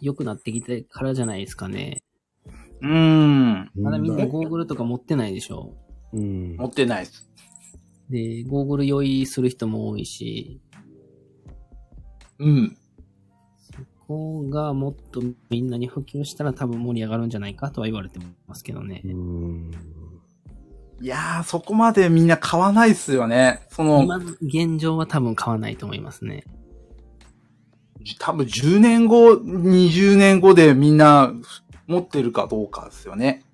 良くなってきてからじゃないですかね。うーん。うんまだみんなうゴーグルとか持ってないでしょ。ん。持ってないです。で、ゴーグル用意する人も多いし、うん。ここがもっとみんなに普及したら多分盛り上がるんじゃないかとは言われてますけどねう。ん。いやー、そこまでみんな買わないっすよね。その、今、現状は多分買わないと思いますね。多分10年後、20年後でみんな持ってるかどうかですよね。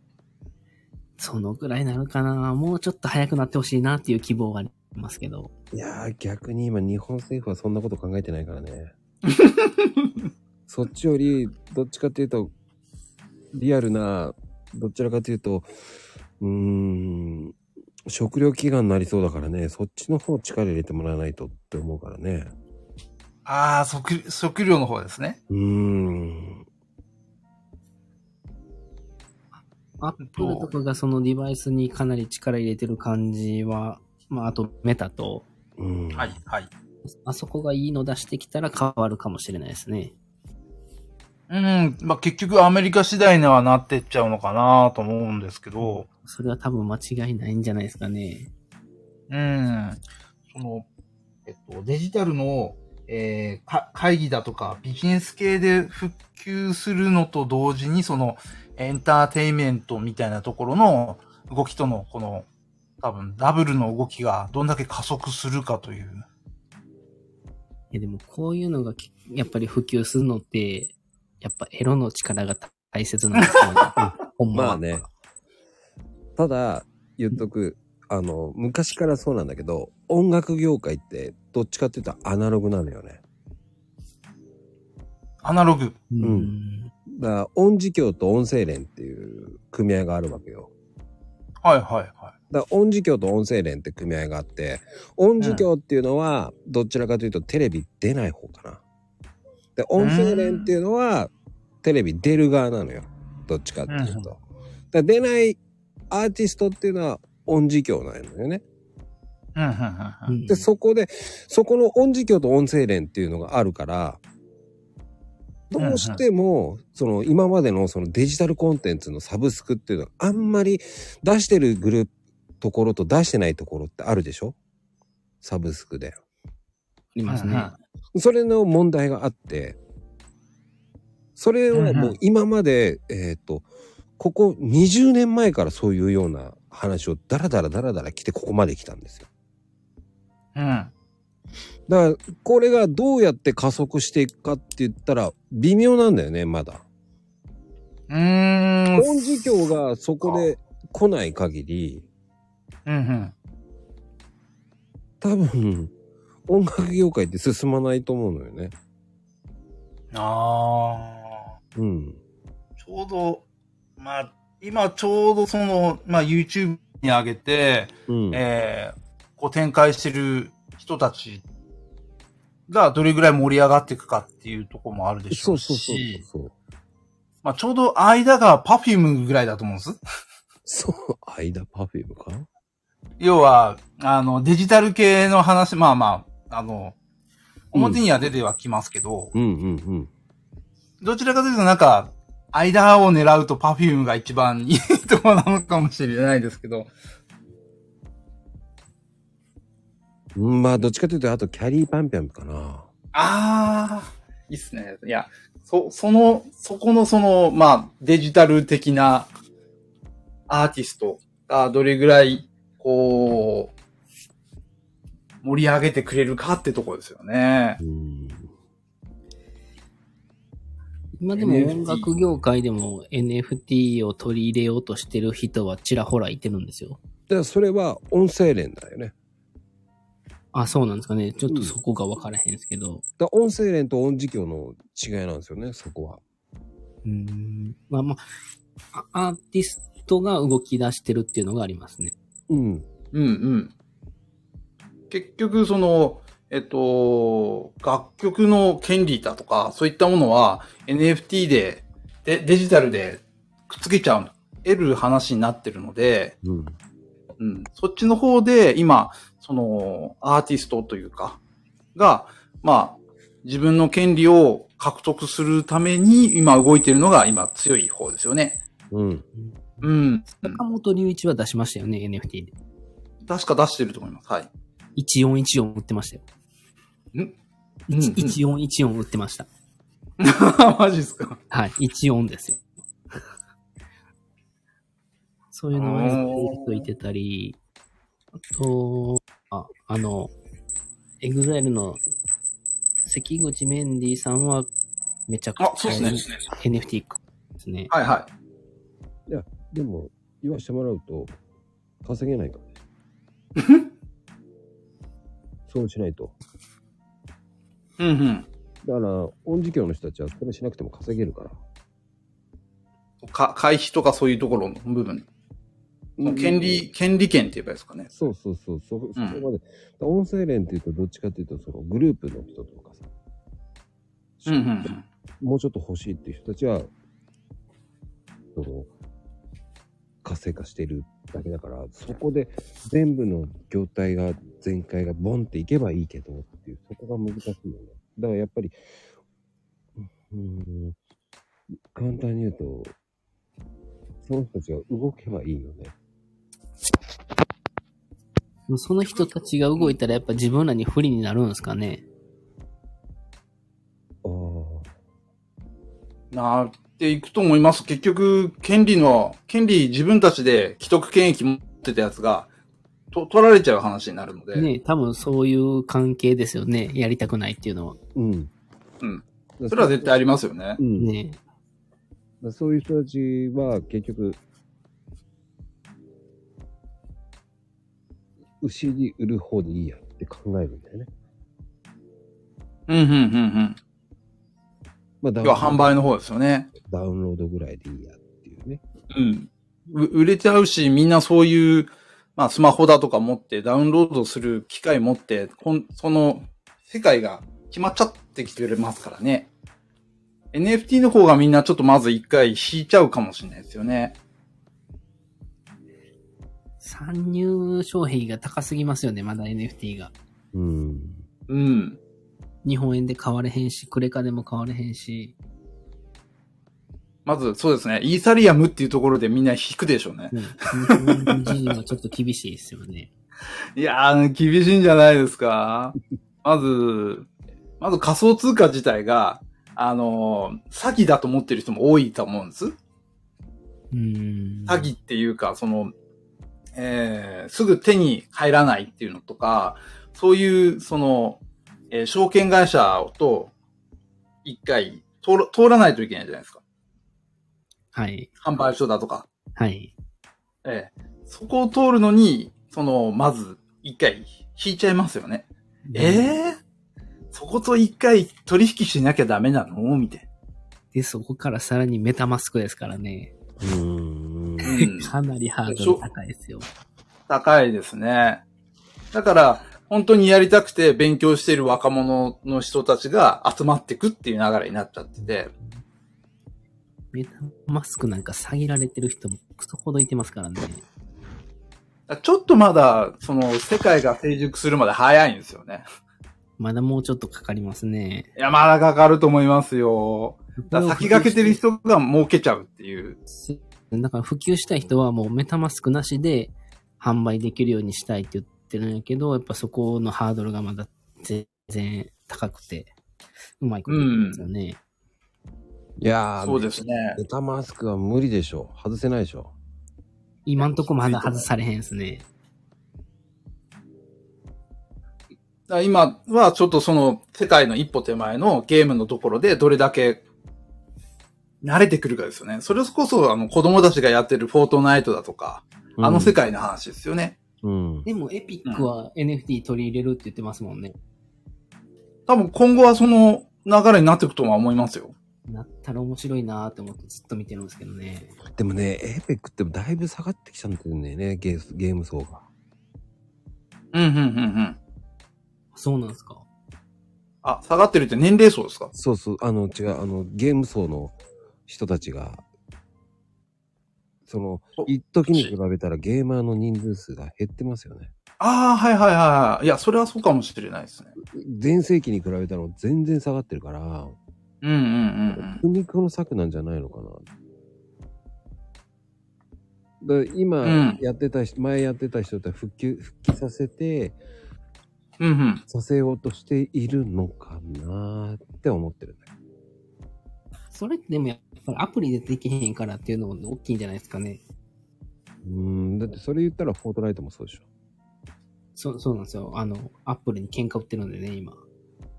そのくらいなるかな。もうちょっと早くなってほしいなっていう希望がありますけど。いやー、逆に今日本政府はそんなこと考えてないからね。そっちより、どっちかっていうと、リアルな、どちらかというと、うーん、食糧飢餓になりそうだからね、そっちの方力入れてもらわないとって思うからね。あー、測、測量の方ですね。うーん。アップルとかがそのデバイスにかなり力入れてる感じは、まあ、あとメタと、うん。はい、はい。あそこがいいの出してきたら変わるかもしれないですね。うん、まあ、結局アメリカ次第にはなってっちゃうのかなと思うんですけど。それは多分間違いないんじゃないですかね。うん。その、えっと、デジタルの、えーか会議だとか、ビジネス系で復旧するのと同時に、その、エンターテインメントみたいなところの動きとの、この、多分、ダブルの動きがどんだけ加速するかという。いやでもこういうのがきやっぱり普及するのって、やっぱエロの力が大切なんですよね。ほんまはあ。ね。ただ、言っとく、あの、昔からそうなんだけど、音楽業界って、どっちかっていうとアナログなのよね。アナログ。うんんだから音事業と音声連っていう組合があるわけよ。はいはいはだから音事業と音声連って組合があって、音事業っていうのはどちらかというとテレビ出ない方かな。で、音声連っていうのはテレビ出る側なのよ。どっちかっていうと。うんだから出ないアーティストっていうのは音事業なのよね。い。うん、うん、ううんうん。んで、そこで、そこの音事業と音声連っていうのがあるから、どうしても、その今までのそのデジタルコンテンツのサブスクっていうのはあんまり出してるグループところと出してないところってあるでしょサブスクで。ありますね。それの問題があって、それをもう今まで、えっ、と、ここ20年前からそういうような話をダラダラダラダラ来てここまで来たんですよ。うん。だから、これがどうやって加速していくかって言ったら、微妙なんだよね、まだ。うーん。本事業がそこで来ない限り、うん、うん。多分、音楽業界って進まないと思うのよね。あー。うん。ちょうど、まあ、今ちょうどその、まあ YouTube に上げて、うん。えー、こう展開してる人たちがどれぐらい盛り上がっていくかっていうところもあるでしそょううそうそうし、そう。まあちょうど間が Perfume ぐらいだと思うんです。そう、間パフュームか要は、あの、デジタル系の話、まあまあ、あの、表には出てはきますけど、うんうんうん。どちらかというとなんか、間を狙うとパフュームが一番いいとこなのかもしれないですけど、うんまあ、どっちかというと、あと、キャリーパンピャンかな。ああ、いいっすね。いや、そ、その、そこのその、まあ、デジタル的なアーティストがどれぐらい、こう、盛り上げてくれるかってとこですよねう。ん。今でも NFT 音楽業界でも NFT を取り入れようとしてる人はちらほらいてるんですよ。で、それは音声連だよね。あ、そうなんですかね。ちょっとそこが分からへんですけど。だ音声連と音事業の違いなんですよね、そこは。うーん。まあまあ、あアーティストが動き出してるっていうのがありますね。うん。うんうん。結局、その、えっと、楽曲の権利だとか、そういったものは NFT で、でデジタルでくっつけちゃう、得る話になってるので、うん。うん。そっちの方で、今、その、アーティストというか、が、まあ、自分の権利を獲得するために、今動いてるのが、今、強い方ですよね。うん。うん。坂本龍一は出しましたよね、NFT で。確か出してると思います。はい。 1414売ってましたよ。うん、 1414売ってました。 マジっすか。はい、14ですよ。そういうのをやってる人いてたり、あと、ああの、エグザイルの関口メンディーさんはめちゃくあ、ちそうゃっすね。い NFT ですね。はいはい。でも、言わしてもらうと、稼げないからね。 そうしないと。うんうん。だから、音事業の人たちはそれしなくても稼げるから。か、回避とかそういうところの部分。権利、権利権って言えばいいですかね。そうそうそう、そ、そこまで。だから音声連っていうと、どっちかっていうと、そのグループの人とかさ、うんうんうん。もうちょっと欲しいっていう人たちは、その、活性化してるだけだから、そこで全部の業態が、全開がボンっていけばいいけどっていう、そこが難しいよね。だからやっぱり、うーん、簡単に言うと、その人たちが動けばいいよね。その人たちが動いたらやっぱ自分らに不利になるんですかね。ああ、なっていくと思います。結局、権利の、権利自分たちで既得権益持ってたやつが、と取られちゃう話になるので、ね、多分そういう関係ですよね。やりたくないっていうのは。うん。うん。そそれは絶対ありますよねう。ん。ね。だからそういう人たちは結局、牛に売る方でいいやって考えるんだよね。うん、うん、うん、うん。まあダウン要は販売の方ですよね。ダウンロードぐらいでいいやっていうね。うん。う売れちゃうし、みんなそういう、まあスマホだとか持って、ダウンロードする機械持って、こんその世界が決まっちゃってきてますからね。NFT の方がみんなちょっとまず一回引いちゃうかもしれないですよね。参入障壁が高すぎますよね、まだ NFT が。うん。うん。日本円で買われへんし、クレカでも買われへんし、まず、そうですね。イーサリアムっていうところでみんな引くでしょうね。ね、日本人はちょっと厳しいですよね。いやー、厳しいんじゃないですか。まず、まず仮想通貨自体が、あのー、詐欺だと思ってる人も多いと思うんです。うーん。詐欺っていうか、その、えー、すぐ手に入らないっていうのとか、そういう、その、えー証券会社と、一回通ら、通らないといけないじゃないですか。はい。販売所だとか。はい。ええ。そこを通るのに、その、まず、一回、引いちゃいますよね。ええそこと一回取引しなきゃダメなのみたいで、そこからさらにメタマスクですからね。うん。な。うん。かなりハードル高いですよ。 高いですね。だから、本当にやりたくて勉強している若者の人たちが集まってくっていう流れになっちゃってて、メタマスクなんか下げられてる人もくそほどいてますからね。ちょっとまだ、その、世界が成熟するまで早いんですよね。まだもうちょっとかかりますね。いや、まだかかると思いますよ。だから先駆けてる人が儲けちゃうっていう。だから普及したい人はもうメタマスクなしで販売できるようにしたいって言ってるんやけど、やっぱそこのハードルがまだ全然高くて、うまいこと言ですよね。いやー、そうですね。メタマスクは無理でしょ。外せないでしょ。今んとこまだ外されへんですね。だから今はちょっとその、世界の一歩手前のゲームのところでどれだけ慣れてくるかですよね。それこそ、あの、子供たちがやってるフォートナイトだとか、あの世界の話ですよね。うん。でもエピックは NFT 取り入れるって言ってますもんね。多分今後はその流れになっていくとは思いますよ。なったら面白いなーって思ってずっと見てるんですけどね。でもね、エーペックってだいぶ下がってきちゃうんだよね、ゲーゲーム層が。うん、うん、うん、うん。そうなんですか。あ、下がってるって年齢層ですかそうそう、あの、違う、あの、ゲーム層の人たちが、そのお、一時に比べたらゲーマーの人数数が減ってますよね。ああ、はいはいはいはい。いや、それはそうかもしれないですね。前世紀に比べたら全然下がってるから、うんうんうん苦肉の策なんじゃないのかな。だうん今やってた人、前やってた人って復旧、復帰させて、うん。うんうん。させようとしているのかなって思ってるんだけど。それってでもやっぱりアプリでできへんからっていうのも大きいんじゃないですかね。うん、だってそれ言ったらフォートナイトもそうでしょ。そう、そうなんですよ。あの、アップルに喧嘩売ってるんでね、今。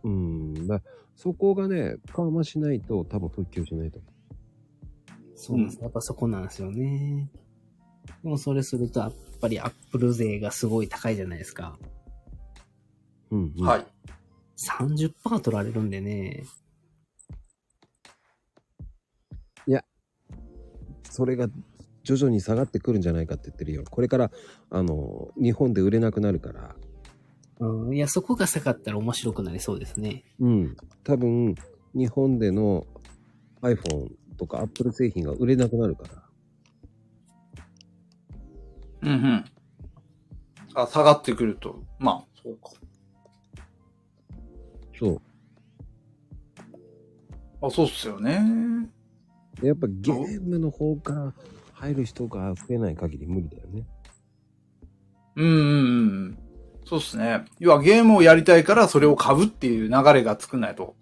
うん、だそこがね、緩和しないと多分復旧しないと思そうなんです。やっぱそこなんですよね。でもそれすると、やっぱりアップル税がすごい高いじゃないですか。う。うん、うん。。はいい。 30%取られるんでね。それが徐々に下がってくるんじゃないかって言ってるよ。これから、あの、日本で売れなくなるから、うん、いや、そこが下がったら面白くなりそうですね。うん、多分、日本での iPhone とか Apple 製品が売れなくなるから。うんうん。あ、下がってくると。まあ、そうか。そあ、そうっすよね。う。でやっぱゲームの方から入る人が増えない限り無理だよね。うんうんうん。そうっすね。要はゲームをやりたいからそれを買うっていう流れが作んないと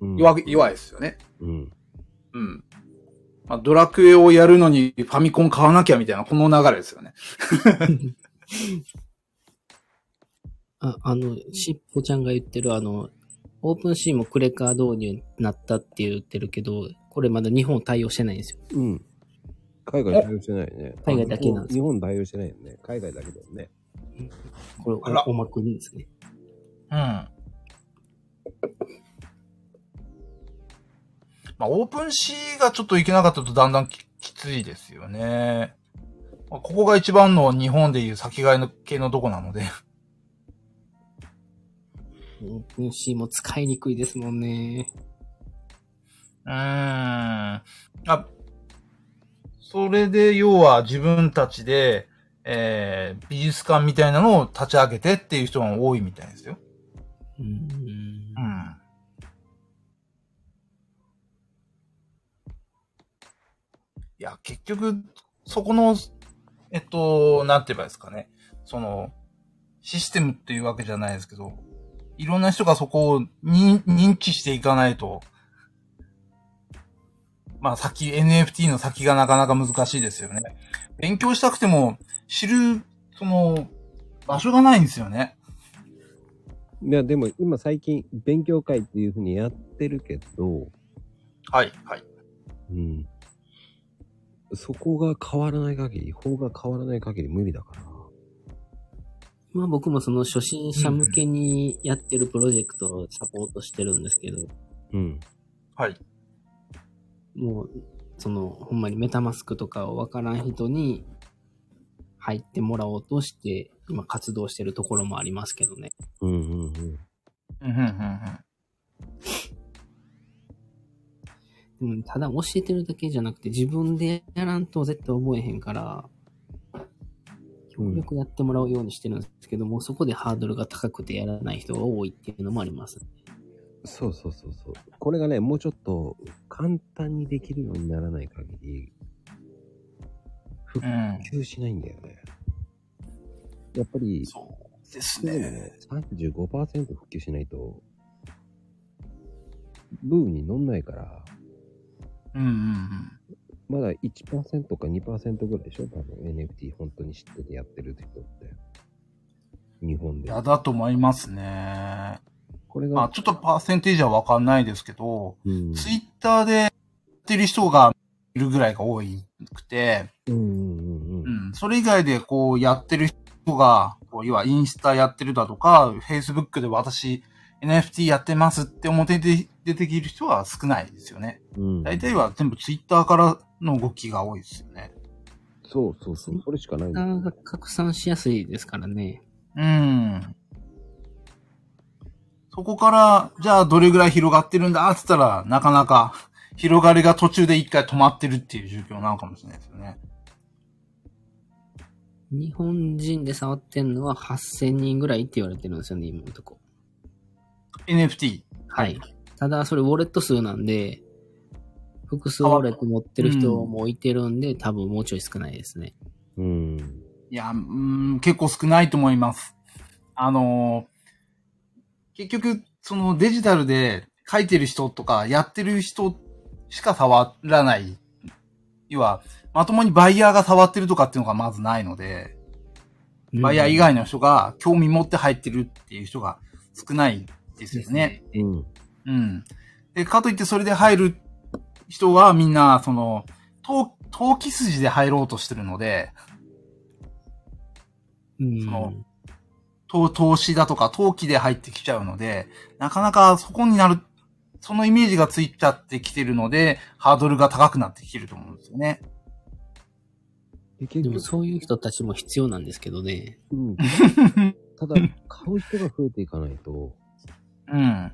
うん。弱い、弱いですよね。うん。うん。まあ、ドラクエをやるのにファミコン買わなきゃみたいな、この流れですよね。あ、あの、しっぽちゃんが言ってるあの、オープンシーもクレカ導入になったって言ってるけど、これまだ日本対応してないんですよ。うん。海外対応してないよね。海外だけなんです日本対応してないよね。海外だけだよね。これあらお、おまくりですね。うん。まあ、オープンシーがちょっといけなかったとだんだんききついですよね。まあここが一番の日本でいう先替えの系のとこなので。オープンシーも使いにくいですもんね。うーん。あ、それで要は自分たちで、えー、美術館みたいなのを立ち上げてっていう人が多いみたいですよ。うんう。ん。いや、結局、そこの、えっと、なんて言えばいいですかね。その、システムっていうわけじゃないですけど、いろんな人がそこを認認知していかないと、まあ先、NFT の先がなかなか難しいですよね。勉強したくても、知る、その、場所がないんですよね。いや、でも今最近勉強会っていうふうにやってるけど、はい、はい。うん。そこが変わらない限り、法が変わらない限り無理だから。まあ僕もその初心者向けにやってるプロジェクトをサポートしてるんですけど、うん。はい。もう、その、ほんまにメタマスクとかをわからん人に入ってもらおうとして、今活動してるところもありますけどね。うんうんうん。うん、うん、うん、うん。でもうん、ただ教えてるだけじゃなくて、自分でやらんと絶対覚えへんから、う協ん力やってもらうようにしてるんですけども、そこでハードルが高くてやらない人が多いっていうのもあります。そうそうそうそう。これがね、もうちょっと簡単にできるようにならない限り、う普ん。及しないんだよね。やっぱり、そうですでもね。ね、35%復旧しないと、ブームに乗んないから、うんうんうん。まだ1%か2%ぐらいでしょ多分 NFT 本当に知っててやってる人って。日本いで。や、だと思いますね。これまあ、が、ちょっとパーセンテージはわかんないですけど、うん。ツイッターでやってる人がいるぐらいが多いくて、うんうんうんううん。ん、それ以外でこうやってる人が、こう、要はインスタやってるだとか、Facebook で私 NFT やってますって表で出てきる人は少ないですよね。うん、大体は全部ツイッターからの動きが多いですよね。そうそうそう。それしかないんだよ。が拡散しやすいですからね。うん。そこから、じゃあどれぐらい広がってるんだっつったら、なかなか広がりが途中で一回止まってるっていう状況なのかもしれないですよね。日本人で触ってんのは8000人ぐらいって言われてるんですよね、今のとこ。 NFT。はい。ただ、それウォレット数なんで、複数ウォレット持ってる人もいてるんで、多分もうちょい少ないですね。うん。いや、うーん、結構少ないと思います。あのー結局、そのデジタルで書いてる人とか、やってる人しか触らない。要は、まともにバイヤーが触ってるとかっていうのがまずないので、バイヤー以外の人が興味持って入ってるっていう人が少ないですよね。う。うんうん。で、かといってそれで入る人はみんな、その、投投機筋で入ろうとしてるので、うん。その投投資だとか投機で入ってきちゃうので、なかなかそこになる、そのイメージがついちゃってきてるので、ハードルが高くなってきてると思うんですよね。で結で局も、そういう人たちも必要なんですけどね。うん、ただ、買う人が増えていかないと、うん。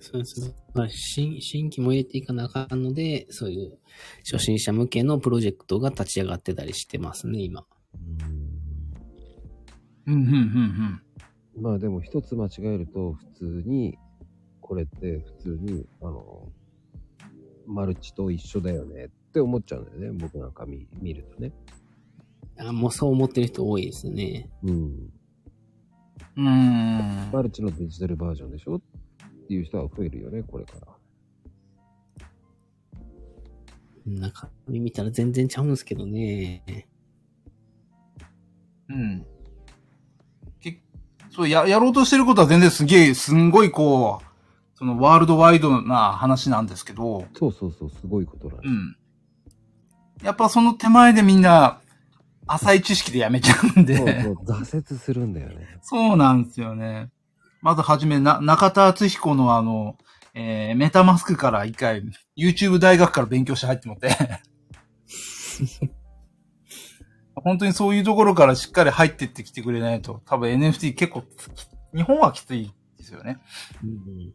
そうそう。まあ新新規も入れていかなあかんので、そういう初心者向けのプロジェクトが立ち上がってたりしてますね、今。うんうん、うん、うん、まあでも一つ間違えると、普通に、これって普通に、あの、マルチと一緒だよねって思っちゃうんだよね。僕なんか見見るとね。あもうそう思ってる人多いですね。うん。うん。うーん。マルチのデジタルバージョンでしょっていう人は増えるよね、これから。中身見たら全然ちゃうんですけどね。うん。けそう、や、やろうとしてることは全然すげえ、すんごいこう、そのワールドワイドな話なんですけど、そうそうそう、すごいことなんうだん。やっぱその手前でみんな、浅い知識でやめちゃうんそうで、そう挫折するんだよね。そうなんですよね。まずはじめ、な、中田敦彦のあの、えー、メタマスクから一回、YouTube 大学から勉強して入ってもらって。 本当にそういうところからしっかり入ってってきてくれないと、多分 NFT 結構つき、日本はきついですよね。うんうん。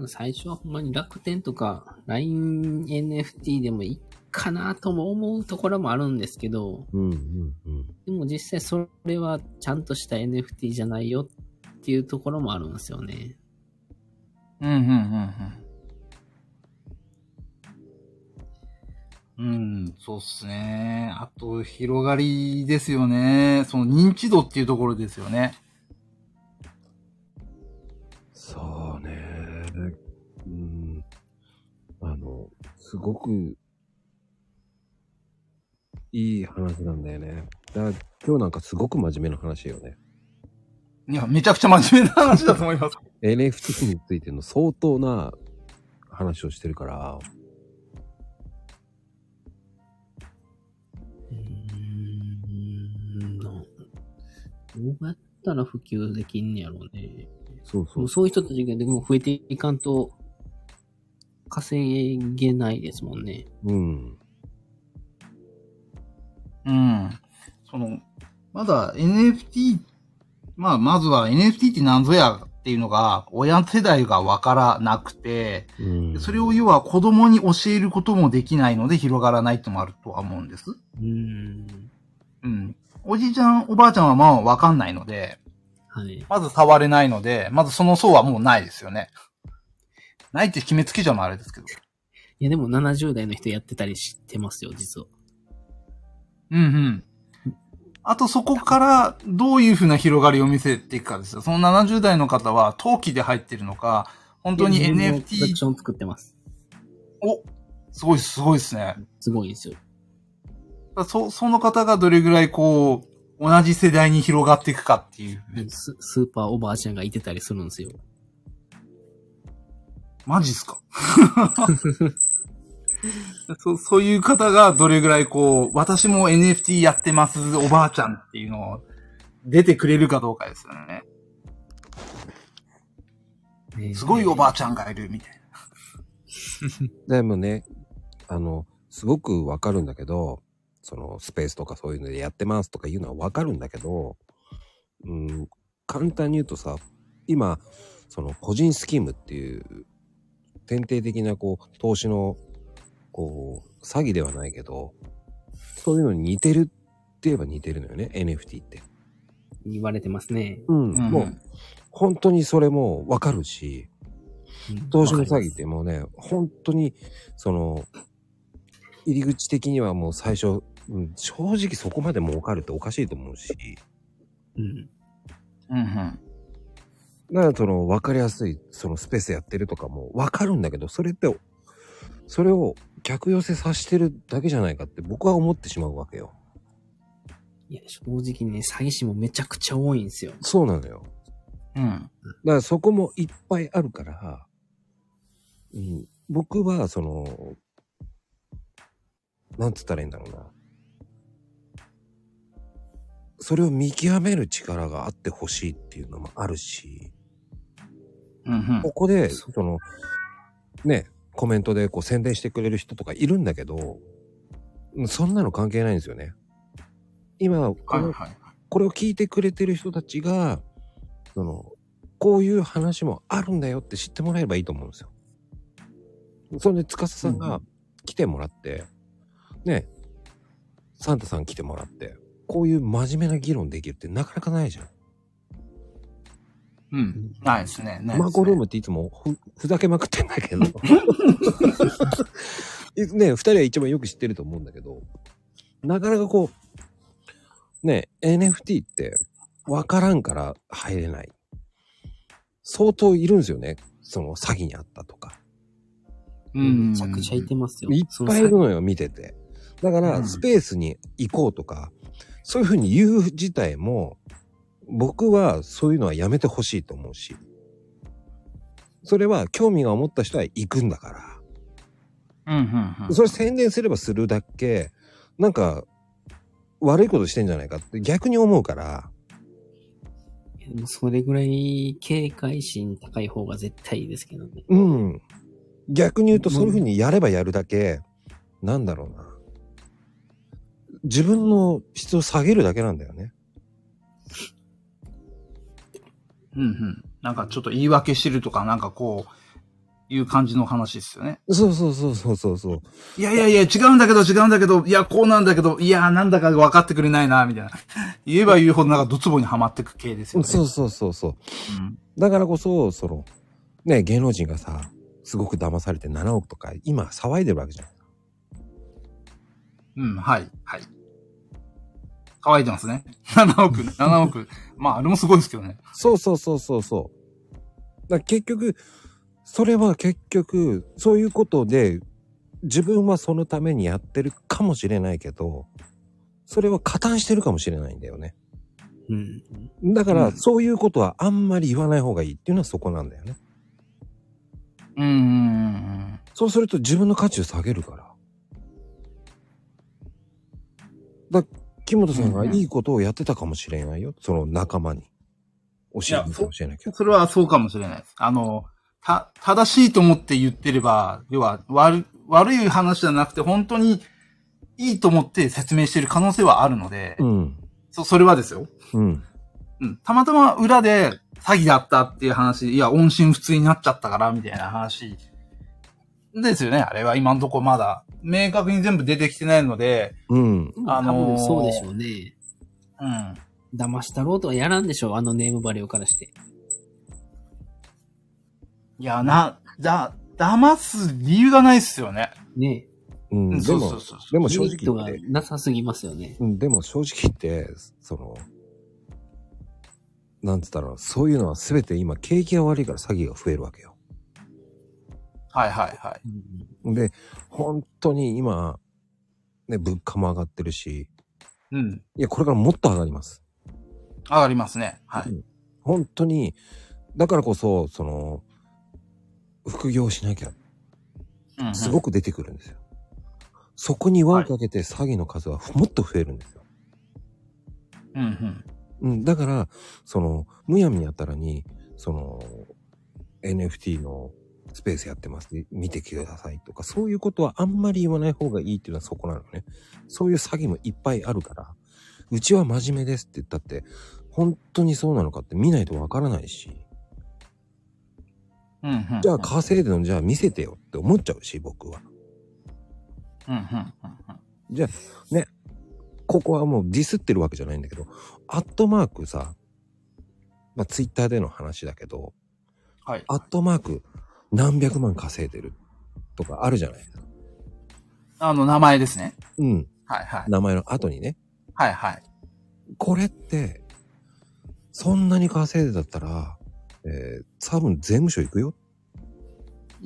うん、最初はほんまに楽天とか LINENFT でもいいかなとも思うところもあるんですけど、うんうんうん。でも実際それはちゃんとした NFT じゃないよっていうところもあるんですよね。うん、うん、うん、うん。うん、そうっすね。あと、広がりですよね。その認知度っていうところですよね。そうね。うん。あの、すごく、いい話なんだよね。だから今日なんかすごく真面目な話よね。いや、めちゃくちゃ真面目な話だと思います。 NFT についての相当な話をしてるから、うーん、どうやったら普及できんねやろうね。そうそもうう。そういう人たちがでも増えていかんと稼げないですもんね。うん。 うん。その、まだ NFT、まあ、まずは NFT って何ぞやっていうのが、親世代がわからなくて、うんそれを要は子供に教えることもできないので広がらないってのもあるとは思うんです。うん。うん。おじいちゃん、おばあちゃんはまあわかんないので、はい。まず触れないので、まずその層はもうないですよね。ないって決めつけちゃうのもあれですけど。いや、でも70代の人やってたりしてますよ、実は。うんうん。あとそこからどういう風な広がりを見せていくかですよ。その70代の方は陶器で入ってるのか、本当に自分のプロダク NFT ション作ってます。を、すごいすごいですね。すごいですよ。そ、その方がどれぐらいこう、同じ世代に広がっていくかっていう。ススーパーおばあちゃんがいてたりするんですよ。マジっすか そそういう方がどれぐらいこう、私も NFT やってますおばあちゃんっていうのを出てくれるかどうかですよね。ねすごいおばあちゃんがいるみたいな。でもね、あの、すごくわかるんだけど、そのスペースとかそういうのでやってますとかいうのはわかるんだけど、うん、簡単に言うとさ、今、その個人スキームっていう、典型的なこう、投資の、こう、詐欺ではないけど、そういうのに似てるって言えば似てるのよね、NFT って。言われてますね。うん、うんもう、本当にそれもわかるし、うん投資の詐わかり欺まっすてもうね、本当に、その、入り口的にはもう最初、うん正直そこまで儲かるっておかしいと思うし、うん。うんうん。だからその分かりやすい、そのスペースやってるとかも分かるんだけど、それって、それを客寄せさせてるだけじゃないかって僕は思ってしまうわけよ。いや、正直ね、詐欺師もめちゃくちゃ多いんですよ。そうなのよ。うん。だからそこもいっぱいあるから、うん、僕はその、なんつったらいいんだろうな。それを見極める力があってほしいっていうのもあるし、うんうんここで、その、ね、コメントでこう宣伝してくれる人とかいるんだけど、うんそんなの関係ないんですよね。今、こはいのはい。これを聞いてくれてる人たちが、その、こういう話もあるんだよって知ってもらえればいいと思うんですよ。それで、司さんうんうが来てもらって、ね、サンタさん来てもらって、こういう真面目な議論できるってなかなかないじゃん。うん。ないですね。ないですね。マーコルームっていつもふふざけまくってんだ けど。いね、二人は一番よく知ってると思うんだけど、なかなかこう、ね、NFT ってわからんから入れない。相当いるんですよね。その詐欺にあったとか。うん。めちゃくちゃいてますよ。いそっのぱいい詐る欺のよ、見てて。だかうら、んスペースに行こうとか、そういうふうに言う自体も、僕はそういうのはやめてほしいと思うし。それは興味が思った人は行くんだから。うんうんうん。それ宣伝すればするだけ、なんか、悪いことしてんじゃないかって逆に思うから、でもそれぐらい警戒心高い方が絶対いいですけどね。うん。逆に言うと、そういうふうにやればやるだけ、なんだろうな。自分の質を下げるだけなんだよね。うんうん。なんかちょっと言い訳してるとか、なんかこう、いう感じの話ですよね。そうそうそうそうそうそう。いやいやいや、違うんだけど、違うんだけど、いや、こうなんだけど、いや、なんだか分かってくれないな、みた いな。言えば言うほど、なんかドツボにはまってく系ですよね。そうそうそうそう。うん。だからこそ、その、ね、芸能人がさ、すごく騙されて7億とか、今騒いでるわけじゃん。うん、はい、はい。乾いてますね。7億、7億。まあ、あれもすごいですけどね。そうそうそうそうそう。だから結局、それは結局、そういうことで、自分はそのためにやってるかもしれないけど、それは加担してるかもしれないんだよね。うん。だから、うんそういうことはあんまり言わない方がいいっていうのはそこなんだよね。うんうん、うんうん。そうすると自分の価値を下げるから。だ木本さんがいいことをやってたかもしれないよ。その仲間に。教えてるかもしれないけど。それはそうかもしれないです。あの、た、正しいと思って言ってれば、要は、悪、悪い話じゃなくて、本当に、いいと思って説明してる可能性はあるので、うん。そ、それはですよ。うん。うん。たまたま裏で、詐欺だったっていう話、いや、音信不通になっちゃったから、みたいな話。ですよね、あれは今のところまだ。明確に全部出てきてないので、うん。あ多のー分そうでしょうね。うん。騙したろうとはやらんでしょう、あのネームバリューからして。いや、な、だ、騙す理由がないっすよね。ねうん。でそうそうも、そうそう。でもメ正リット直が言って、なさすぎますよね。うん、でも正直言って、その、なんつったら、そういうのは全て今、景気が悪いから詐欺が増えるわけよ。はいはいはい。うんで、本当に今、ね、物価も上がってるし、うん。いや、これからもっと上がります。上がりますね。はい。本当に、だからこそ、その、副業しなきゃ、うんうんすごく出てくるんですよ。そこに輪をかけて詐欺の数はもっと増えるんですよ。うんうん。うん、だから、その、むやみやたらに、その、NFT のスペースやってます、見てくださいとか、そういうことはあんまり言わない方がいいっていうのはそこなのね。そういう詐欺もいっぱいあるから、うちは真面目ですって言ったって、本当にそうなのかって見ないとわからないし、うんうん。じゃあ稼いでるのじゃあ見せてよって思っちゃうし、僕は。うんうんうんうん。ここはもうディスってるわけじゃないんだけど、アットマークさ、まあ、ツイッターでの話だけど、はい。アットマーク何百万稼いでるとかあるじゃないですか。あの、名前ですね。うん。はいはい。名前の後にね。はいはい。これって、そんなに稼いでだったら、えー、多分税務署行くよ。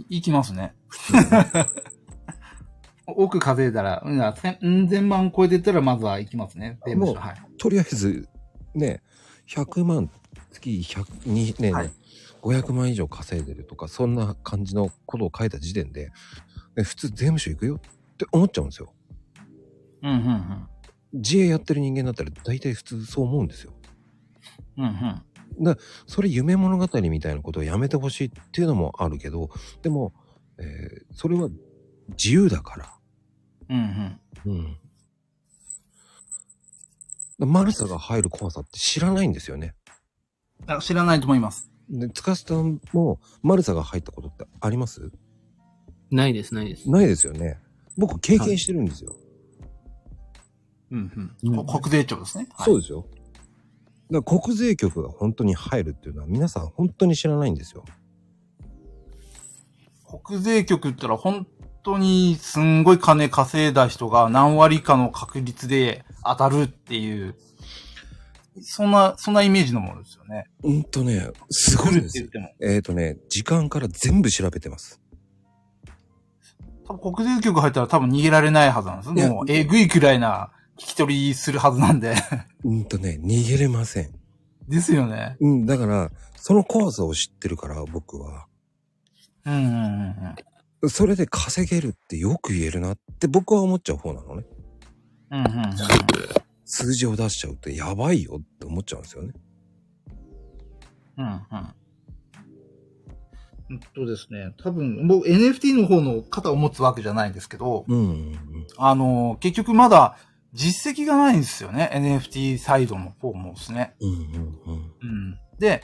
いいきますね。奥稼いだら、うん、千うん千万超えてたら、まずは行きますね。税務署もうはい。とりあえず、ね、100万、月100、にね、はい500万以上稼いでるとか、そんな感じのことを書いた時点で、ね普通税務署行くよって思っちゃうんですよ。うんうん自営やってる人間だったら大体普通そう思うんですよ。うん。うんうん。それ夢物語みたいなことをやめてほしいっていうのもあるけど、でも、えーそれは自由だから。うんうん。うん。マルサが入る怖さって知らないんですよね。あ知らないと思います。で、つかしさんもマルサが入ったことってありますないです、ないです。ないですよね。僕経験してるんですよ。うんううんん。こ国税庁ですね。はいそうですよ。だから国税局が本当に入るっていうのは皆さん本当に知らないんですよ。国税局ったら本当にすんごい金稼いだ人が何割かの確率で当たるっていう、そんな、そんなイメージのものですよね。うんとね、すご来いんるっでてす言っよ。ても。えっ、ー、とね、時間から全部調べてます。多分国税局入ったら多分逃げられないはずなんいです。やもうえぐいくらいな聞き取りするはずなんで。うんとね、逃げれません。ですよね。うん、だから、その怖さを知ってるから、僕は。うんうんうんうん。それで稼げるってよく言えるなって僕は思っちゃう方なのね。うんうんうん。数字を出しちゃうとやばいよって思っちゃうんですよね。うんうん。うんとですね、多分、もう NFT の方の肩を持つわけじゃないんですけど、うんうんあの、結局まだ実績がないんですよね。NFT サイドの方もですね。うん。うんうんうん。うん。で、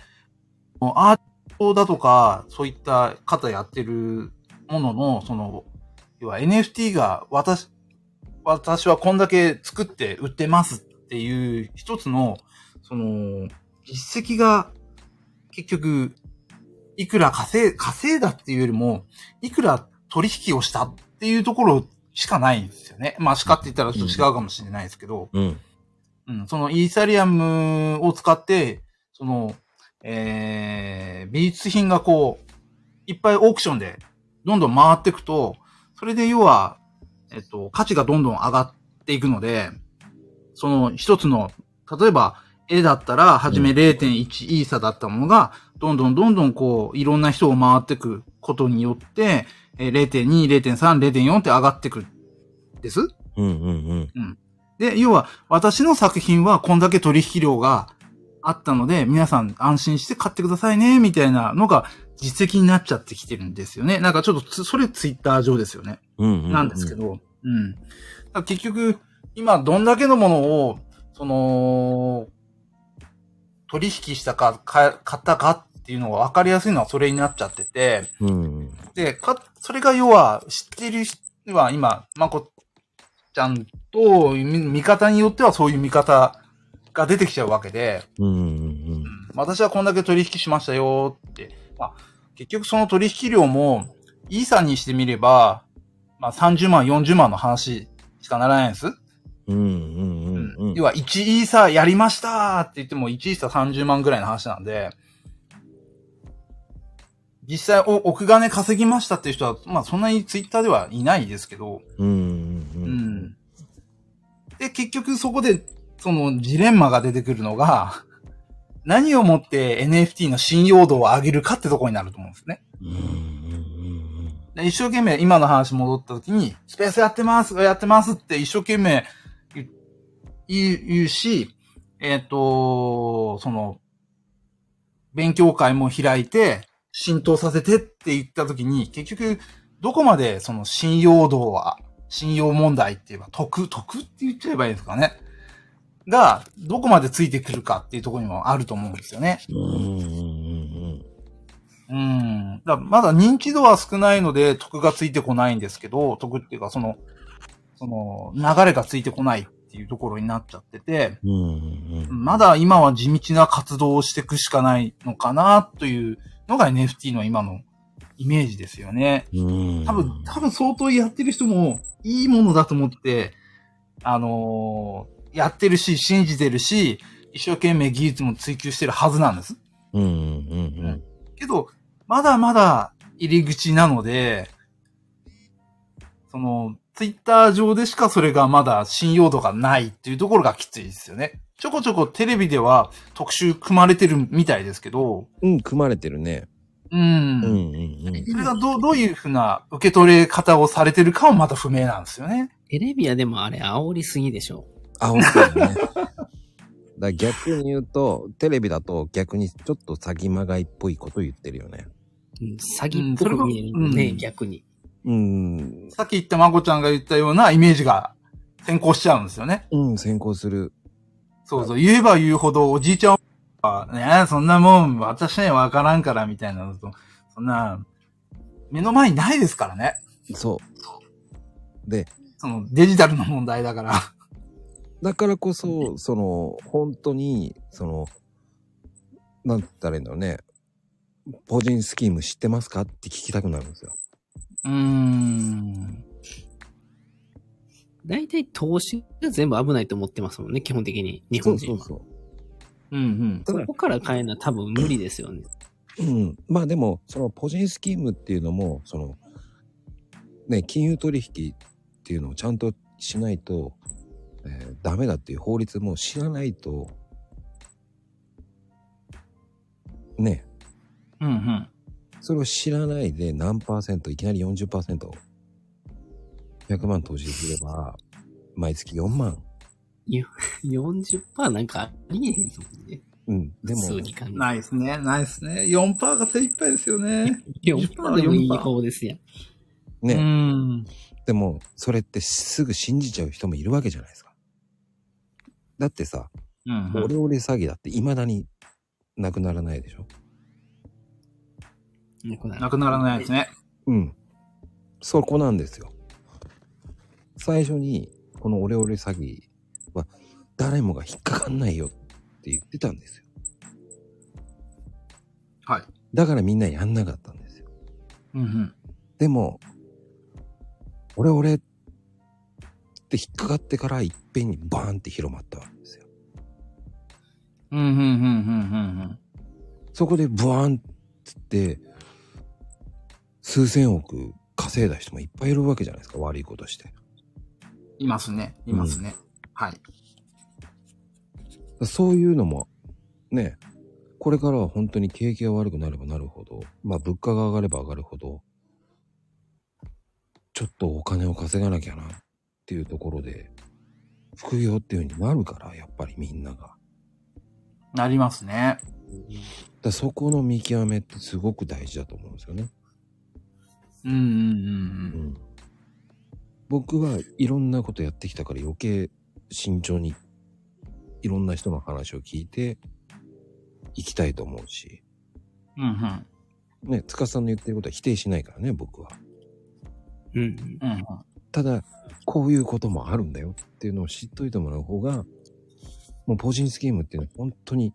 アーティストだとか、そういった方やってるものの、その、要は NFT が私、私はこんだけ作って売ってますっていう一つの、その、実績が結局、いくら稼い、稼いだっていうよりも、いくら取引をしたっていうところしかないんですよね。まあ、しかって言ったらちょっと違うかもしれないですけど、うん。うん、そのイーサリアムを使って、その、えー、美術品がこう、いっぱいオークションでどんどん回っていくと、それで要は、えっと、価値がどんどん上がっていくので、その一つの、例えば絵だったら、はじめ0.1イーサだったものが、どんどんどんどんこう、いろんな人を回っていくことによって、えー0.2、0.3、0.4って上がっていく。ですうんうんうん。で、要は、私の作品はこんだけ取引量があったので、皆さん安心して買ってくださいね、みたいなのが実績になっちゃってきてるんですよね。なんかちょっとつ、それツイッター上ですよね。うんうん。なんですけ。ど。うん。だから結局、今どんだけのものを、その、取引したか、か買ったかっていうのが分かりやすいのはそれになっちゃってて、うん。で、か、それが要は知ってる人は今、まこちゃんとみ見方によってはそういう見方が出てきちゃうわけで、うん。私はこんだけ取引しましたよって。まあ、結局その取引量も、イーサにしてみれば、まあ30万、40万の話しかならないんです。うん。うん。うん。うん。要は1イーサやりましたって言っても1イーサ30万ぐらいの話なんで、実際お、奥金稼ぎましたっていう人は、まあそんなにツイッターではいないですけど、うん。う。うんん。で、結局そこで、そのジレンマが出てくるのが、何をもって NFT の信用度を上げるかってとこになると思うんですね。うん。で一生懸命今の話戻った時に、スペースやってます、やってますって一生懸命言言う言うし、えっ、と、その、勉強会も開いて、浸透させてって言った時に、結局、どこまでその信用度は、信用問題って言えば、得、得って言っちゃえばいいんですかね。が、どこまでついてくるかっていうところにもあると思うんですよね。うん。だまだ認知度は少ないので、得がついてこないんですけど、得っていうか、その、その、流れがついてこないっていうところになっちゃってて、まだ今は地道な活動をしていくしかないのかな、というのが NFT の今のイメージですよね。うん。多分、多分相当やってる人も、いいものだと思って、あのーやってるし、信じてるし、一生懸命技術も追求してるはずなんです。うん。うん。けど、まだまだ入り口なので、その、ツイッター上でしかそれがまだ信用度がないっていうところがきついですよね。ちょこちょこテレビでは特集組まれてるみたいですけど、うん。組まれてるね。う。うんん。うん。それがどうどういうふうな受け取れ方をされてるかもまた不明なんですよね。テレビはでもあれ煽りすぎでしょ。あ、本当だね。だから逆に言うと、テレビだと逆にちょっと詐欺まがいっぽいこと言ってるよね。うん詐欺っぽく見えるうんそれね、がうん逆に。うん。さっき言ったまこちゃんが言ったようなイメージが先行しちゃうんですよね。うん、先行する。そうそう、言えば言うほどおじいちゃんは、ね、そんなもん私にはわからんからみたいなのと、そんな、目の前にないですからね。そう。で、そのデジタルの問題だから。だからこそ、その、本当に、その、なんて言ったらいいんだろうね。個人スキーム知ってますかって聞きたくなるんですよ。うーん。大体投資が全部危ないと思ってますもんね、基本的に。日本人は。そううんうん。そうここから変えるのは多分無理ですよね。そう。うん。まあでも、その、個人スキームっていうのも、その、ね、金融取引っていうのをちゃんとしないと、えーダメだっていう法律も知らないと、ね、うんうん。それを知らないで何パーセント、いきなり40%。100万投資すれば、毎月4万。 40%なんかありえへんもんね。うん。でも、普通に考えないですね、ないですね。4%が精一杯ですよね。 4%でもいい方ですやん。うね、ん。でも、それってすぐ信じちゃう人もいるわけじゃないですか。だってさ、うんうオん。レオレ詐欺だって未だになくならないでしょ。なくならないですね。うん。そこなんですよ。最初に、このオレオレ詐欺は、誰もが引っかかんないよって言ってたんですよ。はい。だからみんなやんなかったんですよ。うんうん。でも、俺俺って引っかかってからいっぺんにバーンって広まったわけですよ。うんうんうんうんそこでブワーンってって、数千億稼いだ人もいっぱいいるわけじゃないですか、悪いことして。うん。いますね。いますね。はい。そういうのも、ね、これからは本当に景気が悪くなればなるほど、まあ物価が上がれば上がるほど、ちょっとお金を稼がなきゃなっていうところで、副業っていう風になるから、やっぱりみんなが。だかなりますね。らそこの見極めってすごく大事だと思うんですよね。うんうんうんうん。僕はいろんなことやってきたから余計慎重にいろんな人の話を聞いて行きたいと思うし、うんうん。ね、司さんの言ってることは否定しないからね、僕は。うん。うんうん。ただ、こういうこともあるんだよっていうのを知っといてもらう方が、もうポージンスキームっていうのは本当に、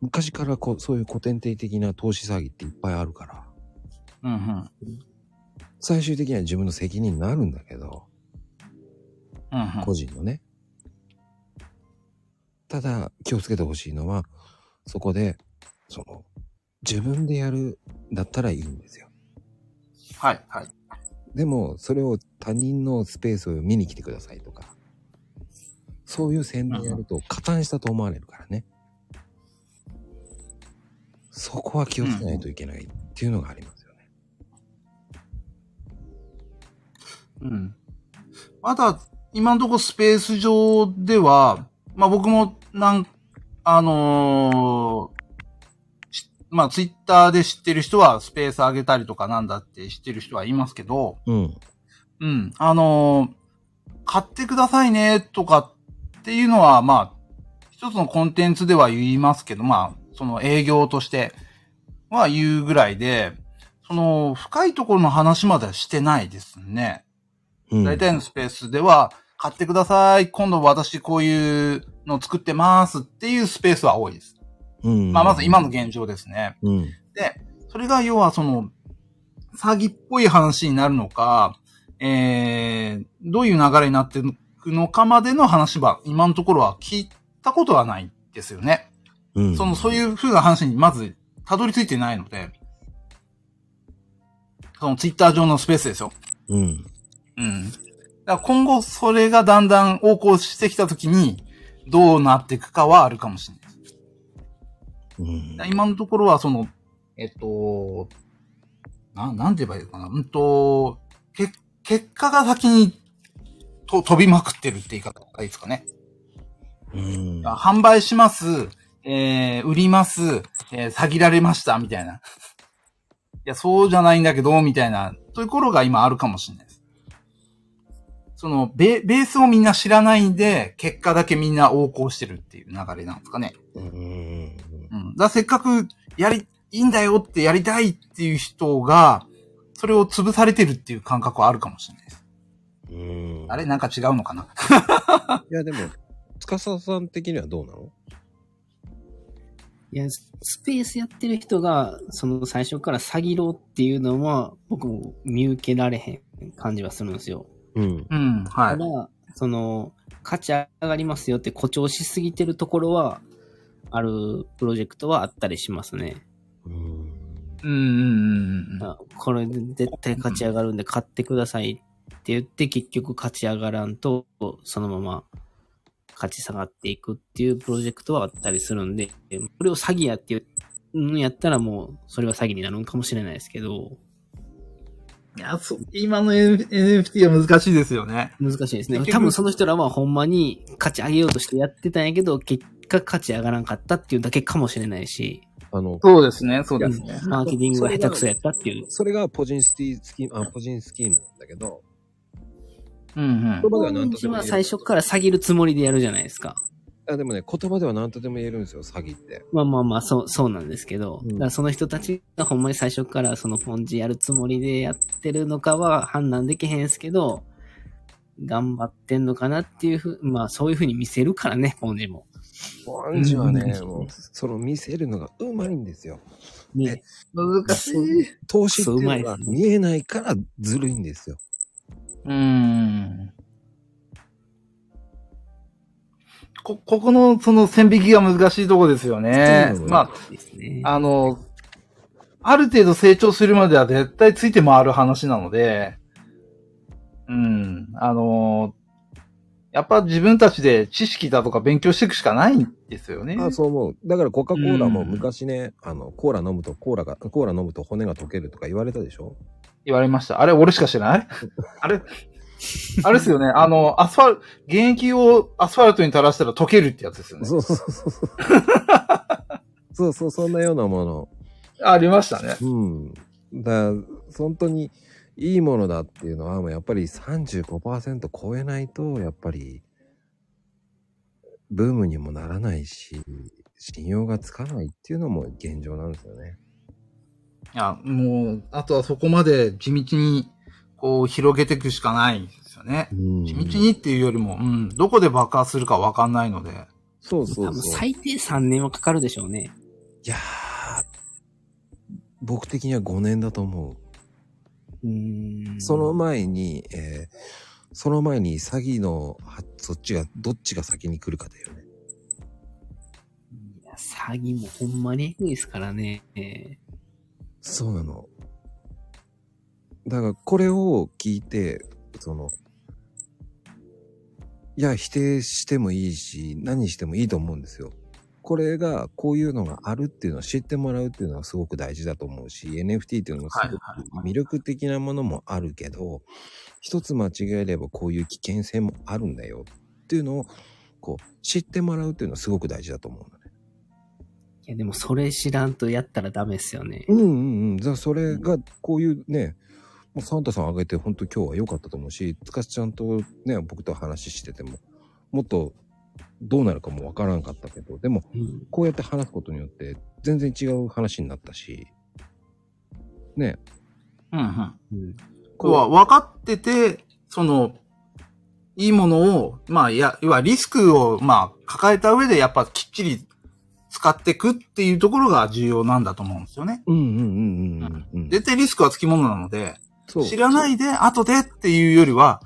昔からこう、そういう古典的な投資詐欺っていっぱいあるから、うんうん。最終的には自分の責任になるんだけど、うんうん。個人のね。ただ、気をつけてほしいのは、そこで、その、自分でやるだったらいいんですよ。はい、はい。でも、それを他人のスペースを見に来てくださいとか、そういう宣伝やると加担したと思われるからね。そこは気をつけないといけないっていうのがありますよね。うん。まだ、今のところスペース上では、まあ僕も、なん、あのーしまあツイッターで知ってる人はスペース上げたりとかなんだって知ってる人はいますけど、うん。うん。あのー買ってくださいねとかっていうのは、まあ、一つのコンテンツでは言いますけど、まあ、その営業としては言うぐらいで、その、深いところの話まではしてないですね。うん。大体のスペースでは、買ってください。今度私こういうの作ってますっていうスペースは多いです。うん、まあ、まず今の現状ですね。うん。で、それが要はその、詐欺っぽい話になるのか、えー、どういう流れになっていくのかまでの話は、今のところは聞いたことはないですよね。うん。その、そういう風な話にまず、たどり着いてないので、そのツイッター上のスペースですよ。うん。うん。だから今後それがだんだん横行してきたときに、どうなっていくかはあるかもしれないです。うんだから今のところはその、えっと、な、なんて言えばいいのかな。うんと、け、結果が先にと飛びまくってるって言い方がいいですかね。うんだから販売します、えー、売ります、えー、詐欺られました、みたいな。い や、そうじゃないんだけど、みたいな、というところが今あるかもしれないです。その、ベベースをみんな知らないんで、結果だけみんな横行してるっていう流れなんですかね。うんうん。だからせっかく、やり、いいんだよってやりたいっていう人が、それを潰されてるっていう感覚はあるかもしれないです。うんあれなんか違うのかないや、でも、司さん的にはどうなのいや、ススペースやってる人が、その最初から詐欺ろうっていうのは、僕も見受けられへん感じはするんですよ。うん。うん、はたい。だ、その、価値上がりますよって誇張しすぎてるところは、あるプロジェクトはあったりしますね。うん。うん、うん、うんうん。あこれ絶対価値上がるんで買ってくださいって言って、結局価値上がらんと、そのまま価値下がっていくっていうプロジェクトはあったりするんで、これを詐欺やっていうんやったらもう、それは詐欺になるんかもしれないですけど、いや、そ、今の N- NFT は難しいですよね。難しいですね。結局多分その人らはほんまに価値上げようとしてやってたんやけど、結果価値上がらんかったっていうだけかもしれないし、あの、そうですね、そうですね。マーケティングが下手くそやったっていう。それがポジンスティスキーム、あ、ポジンスキームなんだけど、うんうん言。葉では何と本で人もは言え最初から詐欺るつもりでやるじゃないですか。る。あ、でもね、言葉では何とでも言えるんですよ、詐欺って。まあまあまあ、そう、そうなんですけど、うんだからその人たちがほんまに最初からそのポンジやるつもりでやってるのかは判断できへんすけど、頑張ってんのかなっていうふう、まあそういうふうに見せるからね、ポンジも。ポンジはね、うんもう、その見せるのがうまいんですよ。ね。難しい。投資っていうのそうがうまいです見えないからずるいんですよ。うん。こ、ここの、その線引きが難しいとこですよねそうな。のまですね。あ、あの、ある程度成長するまでは絶対ついて回る話なので、うん、あの、やっぱ自分たちで知識だとか勉強していくしかないんですよね。あ、そう思う。だからコカ・コーラもうん昔ね、あの、コーラ飲むと、コーラが、コーラ飲むと骨が溶けるとか言われたでしょ言われました。あれ、俺しか知らない あれあれですよね。あの、アスファル、原液をアスファルトに垂らしたら溶けるってやつですよね。そうそうそうそう。 そうそう、そんなようなもの。ありましたね。うん。だ本当にいいものだっていうのは、もうやっぱり35%超えないと、やっぱり、ブームにもならないし、信用がつかないっていうのも現状なんですよね。いや、もう、あとはそこまで地道に、こう、広げていくしかないんですよね。うん地道にっていうよりも、うん、どこで爆発するかわかんないので。そうそ多う分そう。い最低3年はかかるでしょうね。やー、僕的には5年だと思う。うーん。その前に、えーその前に詐欺のは、そっちが、どっちが先に来るかだよね。いや詐欺もほんまにエグいですからね。えそうなの。だから、これを聞いて、その、いや、否定してもいいし、何してもいいと思うんですよ。これが、こういうのがあるっていうのを知ってもらうっていうのはすごく大事だと思うし、NFT っていうのもすごくはいはい魅力的なものもあるけど、一つ間違えればこういう危険性もあるんだよっていうのを、こう、知ってもらうっていうのはすごく大事だと思うのね。いや、でもそれ知らんとやったらダメですよね。うんうんうん。じゃあそれがこういうね、もうサンタさんあげて本当今日は良かったと思うし、つかしちゃんとね、僕と話してても、もっとどうなるかもわからんかったけど、でもうん。こうやって話すことによって全然違う話になったし、ね、うんうん。うん、こうは分かってて、その、いいものを、まあ、いや、要はリスクを、まあ、抱えた上で、やっぱきっちり使っていくっていうところが重要なんだと思うんですよね。うんうんうんうんうんうん。絶対リスクはつきものなので、そう知らないで、後でっていうよりは、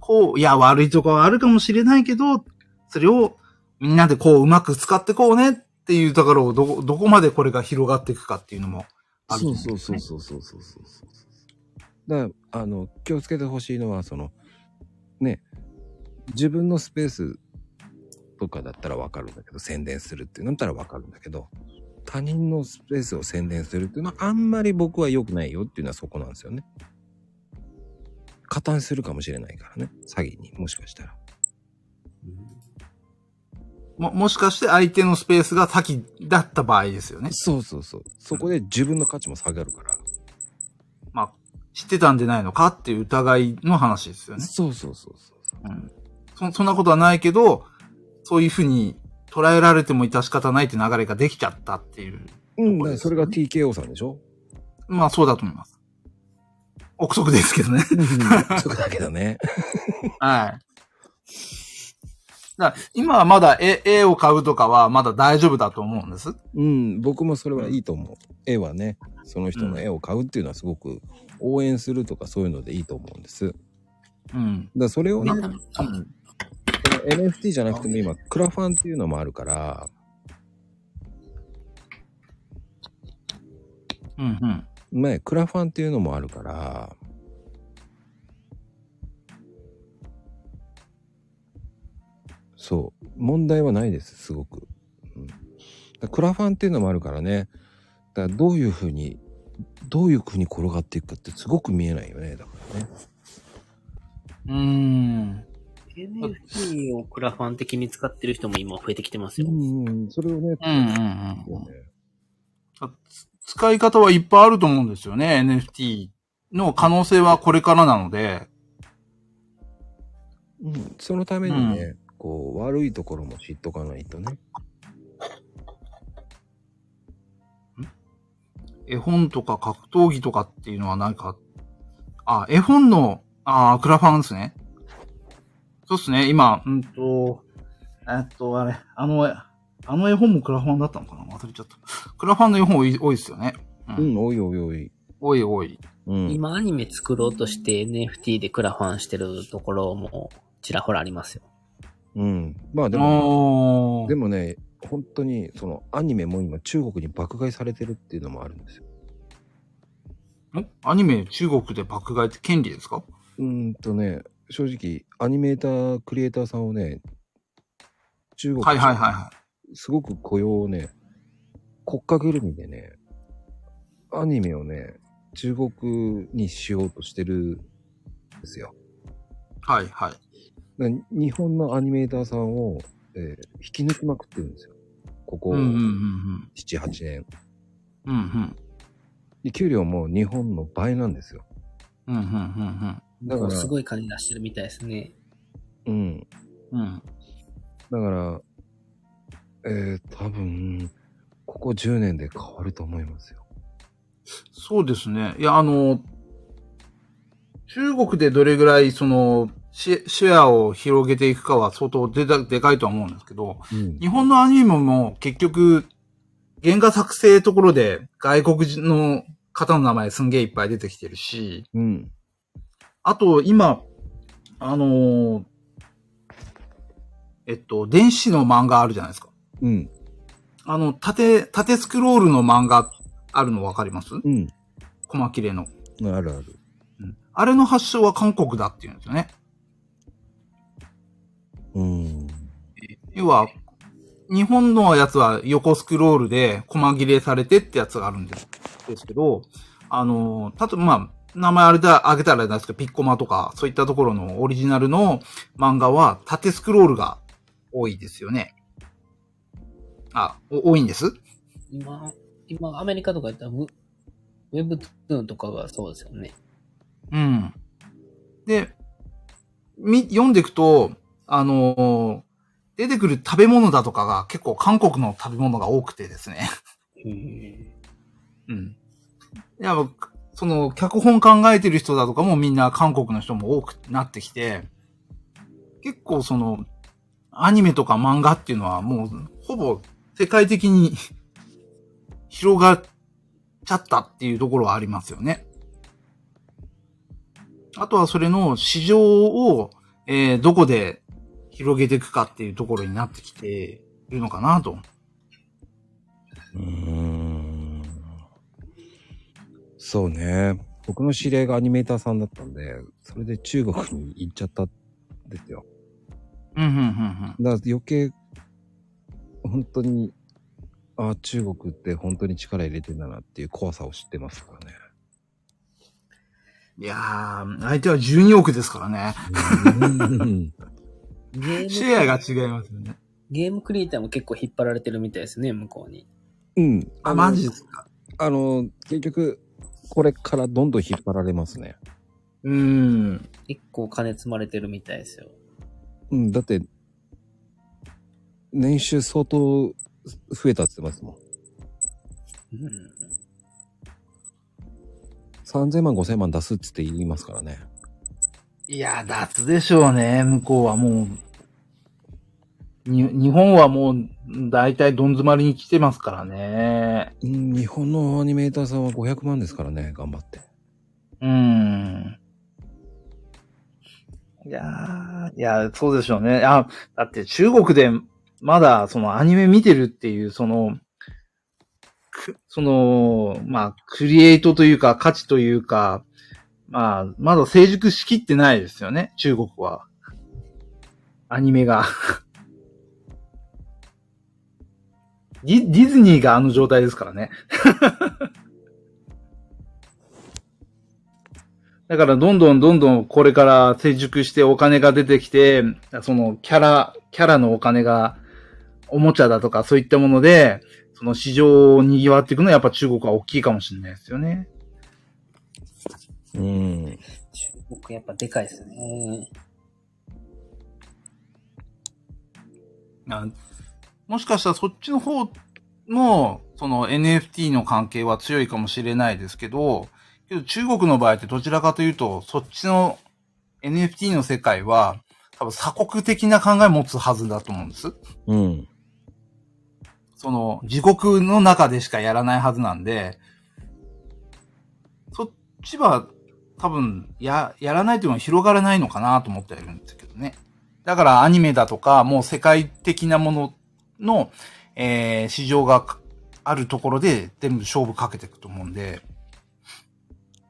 こう、いや、悪いとこはあるかもしれないけど、それをみんなでこう、うまく使ってこうねっていうところを、どこ、どこまでこれが広がっていくかっていうのもあるそうと思んそうですそねうそうそうそうそうそう。だから、あの、気をつけてほしいのは、その、ね、自分のスペースとかだったらわかるんだけど、宣伝するってなったらわかるんだけど、他人のスペースを宣伝するっていうのはあんまり僕は良くないよっていうのはそこなんですよね。加担するかもしれないからね、詐欺に、もしかしたら。も、もしかして相手のスペースが先だった場合ですよね。そうそうそう。そこで自分の価値も下がるから。まあ、知ってたんじゃないのかっていう疑いの話ですよね。そうそうそうそうそう。うん。そ、そんなことはないけど、そういうふうに捉えられても致し方ないって流れができちゃったっていう。うん、だからそれが TKO さんでし ょまあ、そうだと思います。憶測ですけどね。そこだけどね。 はい。だから今はまだ絵絵を買うとかはまだ大丈夫だと思うんです。うん、僕もそれはいいと思う。絵はね、その人の絵を買うっていうのはすごく応援するとかそういうのでいいと思うんです。だかうん。らそれをね、そのうん、 NFT じゃなくても今、クラファンっていうのもあるから、うん、うん。ね、クラファンっていうのもあるから、そう、問題はないです、すごく。うん、だからクラファンっていうのもあるからね、だからどういうふうに、どういうふうに転がっていくかってすごく見えないよね、だからね。うーん。 NFT をクラファン的に使ってる人も今増えてきてますよ。うんうん、それをね、うん、うん、うん。ね使い方はいっぱいあると思うんですよね。NFT の可能性はこれからなので。うん、そのためにね、こう、悪いところも知っとかないとね。絵本とか格闘技とかっていうのはなんか、あ、絵本の、あークラファンですね。そうっすね、今、うんと、えっと、あれ、あの、あの絵本もクラファンだったのかな忘れちゃった。クラファンの絵本多い多いですよね。う。うんん、おいおいおい。多い多い。うん。今アニメ作ろうとして NFT でクラファンしてるところもちらほらありますよ。うん。まあでも、おでー。もね、本当に、その、アニメも今中国に爆買いされてるっていうのもあるんですよ。んアニメ中国で爆買いって権利ですかうーんとね、正直、アニメーター、クリエイターさんをね、中国、はいはいはいはすごく雇用をね、国家ぐるみでね、アニメをね、中国にしようとしてるんですよ。い。はいはい。だから日本のアニメーターさんを、えー引き抜きまくってるんですよ。ここうんうんうん7、8年。うん。うんうん。で給料も日本の倍なんですよ。うんうんうんだからもうすごい金出してるみたいですね。うん。うん。うん。だから、えー、多分、ここ10年で変わると思いますよ。そうですね。いや、あの、中国でどれぐらい、その、シェシェアを広げていくかは相当でだでかいとは思うんですけど、うん。日本のアニメも結局、原画作成ところで外国人の方の名前すんげえいっぱい出てきてるし、うん。あと今、あのーえっと、電子の漫画あるじゃないですか。うん。あの、縦、縦スクロールの漫画あるのわかりますうん。細切れの。あるある。うんあれの発祥は韓国だっていうんですよね。うん。要は、日本のやつは横スクロールで細切れされてってやつがあるんですですけど、あの、たと、まあ、名前あれだ、あげたらあれなんですけど、ピッコマとか、そういったところのオリジナルの漫画は縦スクロールが多いですよね。あ、お多いんです今、今、アメリカとかやったら、ウェウェブトゥーンとかがそうですよね。うん。で、み、読んでいくと、あのー出てくる食べ物だとかが結構韓国の食べ物が多くてですね。うん。いや、僕その、脚本考えてる人だとかもみんな韓国の人も多くなってきて、結構その、アニメとか漫画っていうのはもう、ほぼ世界的に 広がっちゃったっていうところはありますよね。あとはそれの市場を、えーどこで広げていくかっていうところになってきているのかなと。うーんそうね。僕の知り合いがアニメーターさんだったんで、それで中国に行っちゃったんですよ。うん、うん、うん、だから余計、本当に、ああ、中国って本当に力入れてんだなっていう怖さを知ってますからね。うん。いやー、相手は12億ですからね。うんゲシーェアム、が違いますよね。ゲームクリエイターも結構引っ張られてるみたいですね、向こうに。 うん。あ、マジですか。あの、結局、これからどんどん引っ張られますね。うーん。結構金積まれてるみたいですよ。うん、だって、年収相当増えたって言ってますもん。うん。 3000万5000万出すっつって言いますからね。いやー、脱でしょうね、向こうはもう。に、日本はもう、だいたいどん詰まりに来てますからね。うん、日本のアニメーターさんは500万ですからね、頑張って。うーん。いやー、いや、そうでしょうね。あ、だって中国でまだそのアニメ見てるっていう、その、くその、まあ、クリエイトというか価値というか、まあ、まだ成熟しきってないですよね、中国は。アニメが。 ディディズニーがあの状態ですからね。だからどんどんどんどんこれから成熟してお金が出てきて、そのキャラ、キャラのお金が、おもちゃだとかそういったもので、その市場を賑わっていくのはやっぱ中国は大きいかもしれないですよね。うん。中国やっぱでかいですね。あもしかしたらそっちの方の、その NFT の関係は強いかもしれないですけど、けど中国の場合ってどちらかというと、そっちの NFT の世界は、多分鎖国的な考えを持つはずだと思うんです。うん。その、自国の中でしかやらないはずなんで、そっちは多分、や、やらないというのは広がらないのかなと思ってはいるんですけどね。だからアニメだとか、もう世界的なものの、えー市場がかあるところで全部勝負かけていくと思うんで、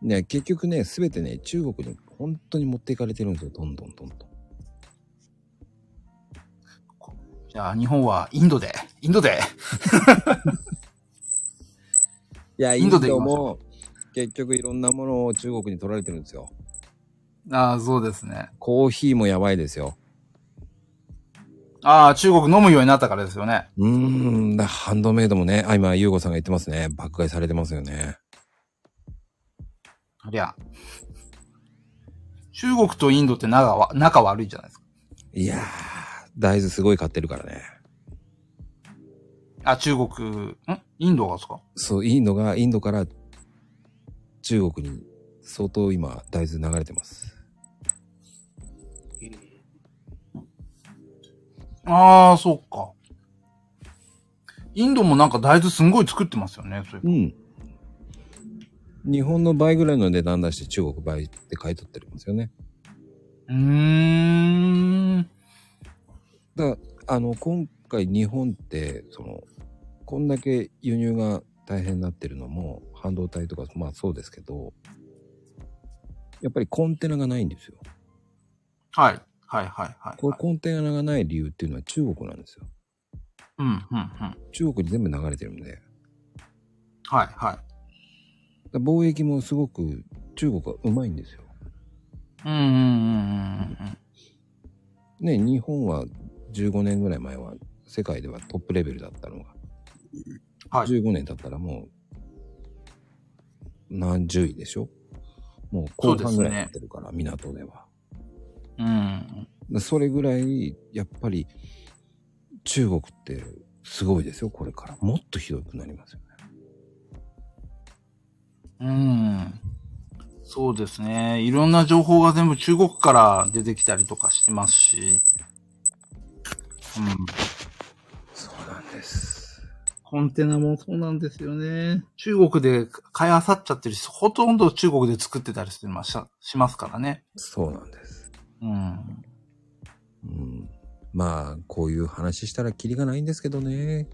ね、結局ね、すべてね、中国に本当に持っていかれてるんですよ、どんどんどんどん。じゃあ日本はインドで、インドで、いや、イインンドドで言いましも、結局いろんなものを中国に取られてるんですよ。ああ、そうですね。コーヒーもやばいですよ。ああ、中国飲むようになったからですよね。うーん、だハンドメイドもね、あ、今、ゆうごさんが言ってますね。爆買いされてますよね。そりゃ。中国とインドって仲は、仲悪いじゃないですかいやー、大豆すごい買ってるからね。あ、中国、んインドがですかそう、インドが、インドから中国に相当今、大豆流れてます。ああ、そっか。インドもなんか大豆すんごい作ってますよね。そういううん。日本の倍ぐらいの値段出して中国倍って買い取ってるんですよね。うーん。だから、あの、今回日本って、その、こんだけ輸入が大変になってるのも、半導体とか、まあそうですけど、やっぱりコンテナがないんですよ。はい。はいはいはい、こはれい。コンテナがない理由っていうのは中国なんですよ。うん、うん、うん。中国に全部流れてるんで。はいはい。だから貿易もすごく中国はうまいんですよ。うん、うん、うんうん、ね、日本は15年ぐらい前は世界ではトップレベルだったのが、はい15年経ったらもう何十位でしょもう後そうです半ねぐらいになってるから、港では。うん。うん。だそれぐらいやっぱり中国ってすごいですよこれからもっとひどくなりますよね。うん。そうですね。いろんな情報が全部中国から出てきたりとかしてますし。うん。そうなんです。コンテナもそうなんですよね。中国で買い漁っちゃってるし、ほとんど中国で作ってたりしてまししますからね。そうなんです。うん。うん、まあこういう話したらキリがないんですけど ね。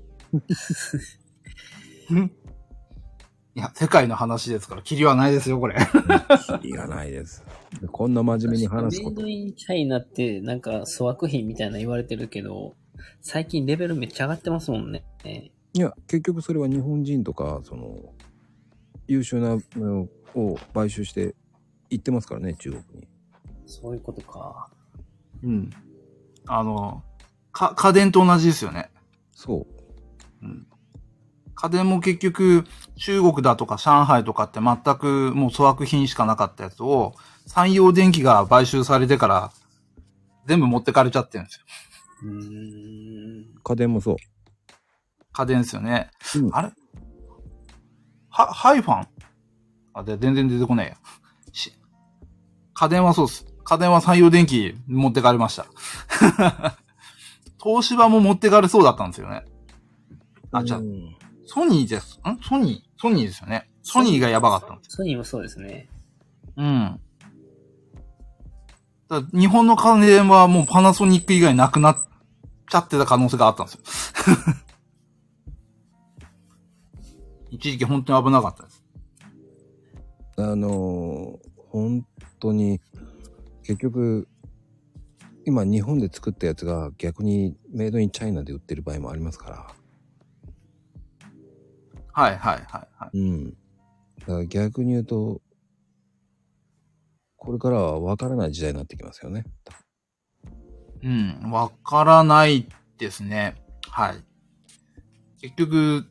いや、世界の話ですから、キリはないですよ、これ。キリがないです。こんな真面目に話すこメイとド。インチャイナってなんか粗悪品みたいな言われてるけど、最近レベルめっちゃ上がってますもんね。いや、結局それは日本人とか、その、優秀なのを買収して行ってますからね、中国に。そういうことか。うん。あの、か、家電と同じですよね。そう。うん。家電も結局、中国だとか上海とかって全くもう粗悪品しかなかったやつを、産業電機が買収されてから、全部持ってかれちゃってるんですよ。うーん。家電もそう。家電ですよね。うんあれは、ハイファンあ、で、全然出てこないや。し家電はそうです。家電は産業電機持ってかれました。 東芝も持ってかれそうだったんですよね。あ、じゃあう、んソニーです。んソニーソニーですよね。ソニーがやばかったんです。ソニーもそうですね。うん。だから日本の家電はもうパナソニック以外なくなっちゃってた可能性があったんですよ。 一時期本当に危なかったです。あのー本当に、結局、今日本で作ったやつが逆にメイドインチャイナで売ってる場合もありますから。はいはいはいはい。うん。だから逆に言うと、これからは分からない時代になってきますよね。うん、わからないですね。はい。結局、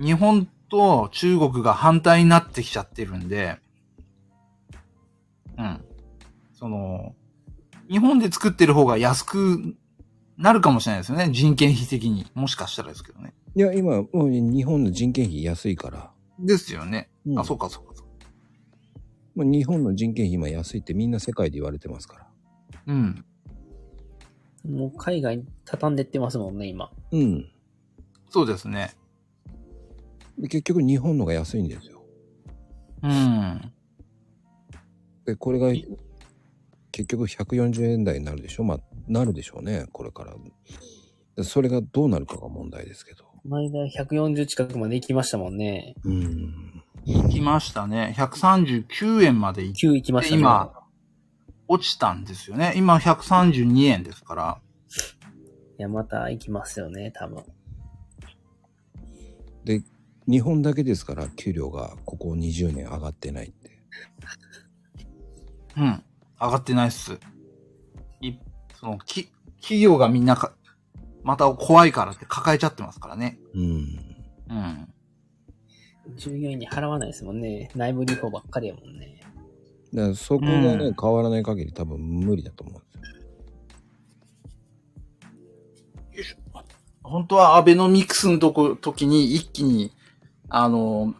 日本と中国が反対になってきちゃってるんで、うん。その、日本で作ってる方が安くなるかもしれないですよね。人件費的に。もしかしたらですけどね。いや、今、もう日本の人件費安いから。ですよね。うんあ、そうかそうかそうか。まあ、日本の人件費今安いってみんな世界で言われてますから。うん。もう海外に畳んでってますもんね、今。うん。そうですね。で結局日本のが安いんですよ。うん。で、これが結局140円台になるでしょまあ、なるでしょうね、これから。でそれがどうなるかが問題ですけど。この間140近くまで行きましたもんね。うん。行きましたね。139円まで行っ9行きましたね。今、落ちたんですよね。今132円ですから。いや、また行きますよね、多分。日本だけですから、給料がここ20年上がってないって。うん。上がってないっす。い、その、き、企業がみんなか、また怖いからって抱えちゃってますからね。うん。うん。従業員に払わないですもんね。内部留保ばっかりやもんね。だからそこがね、うん変わらない限り多分無理だと思うんですよ。本当はアベノミクスのとこ、時に一気に、あの、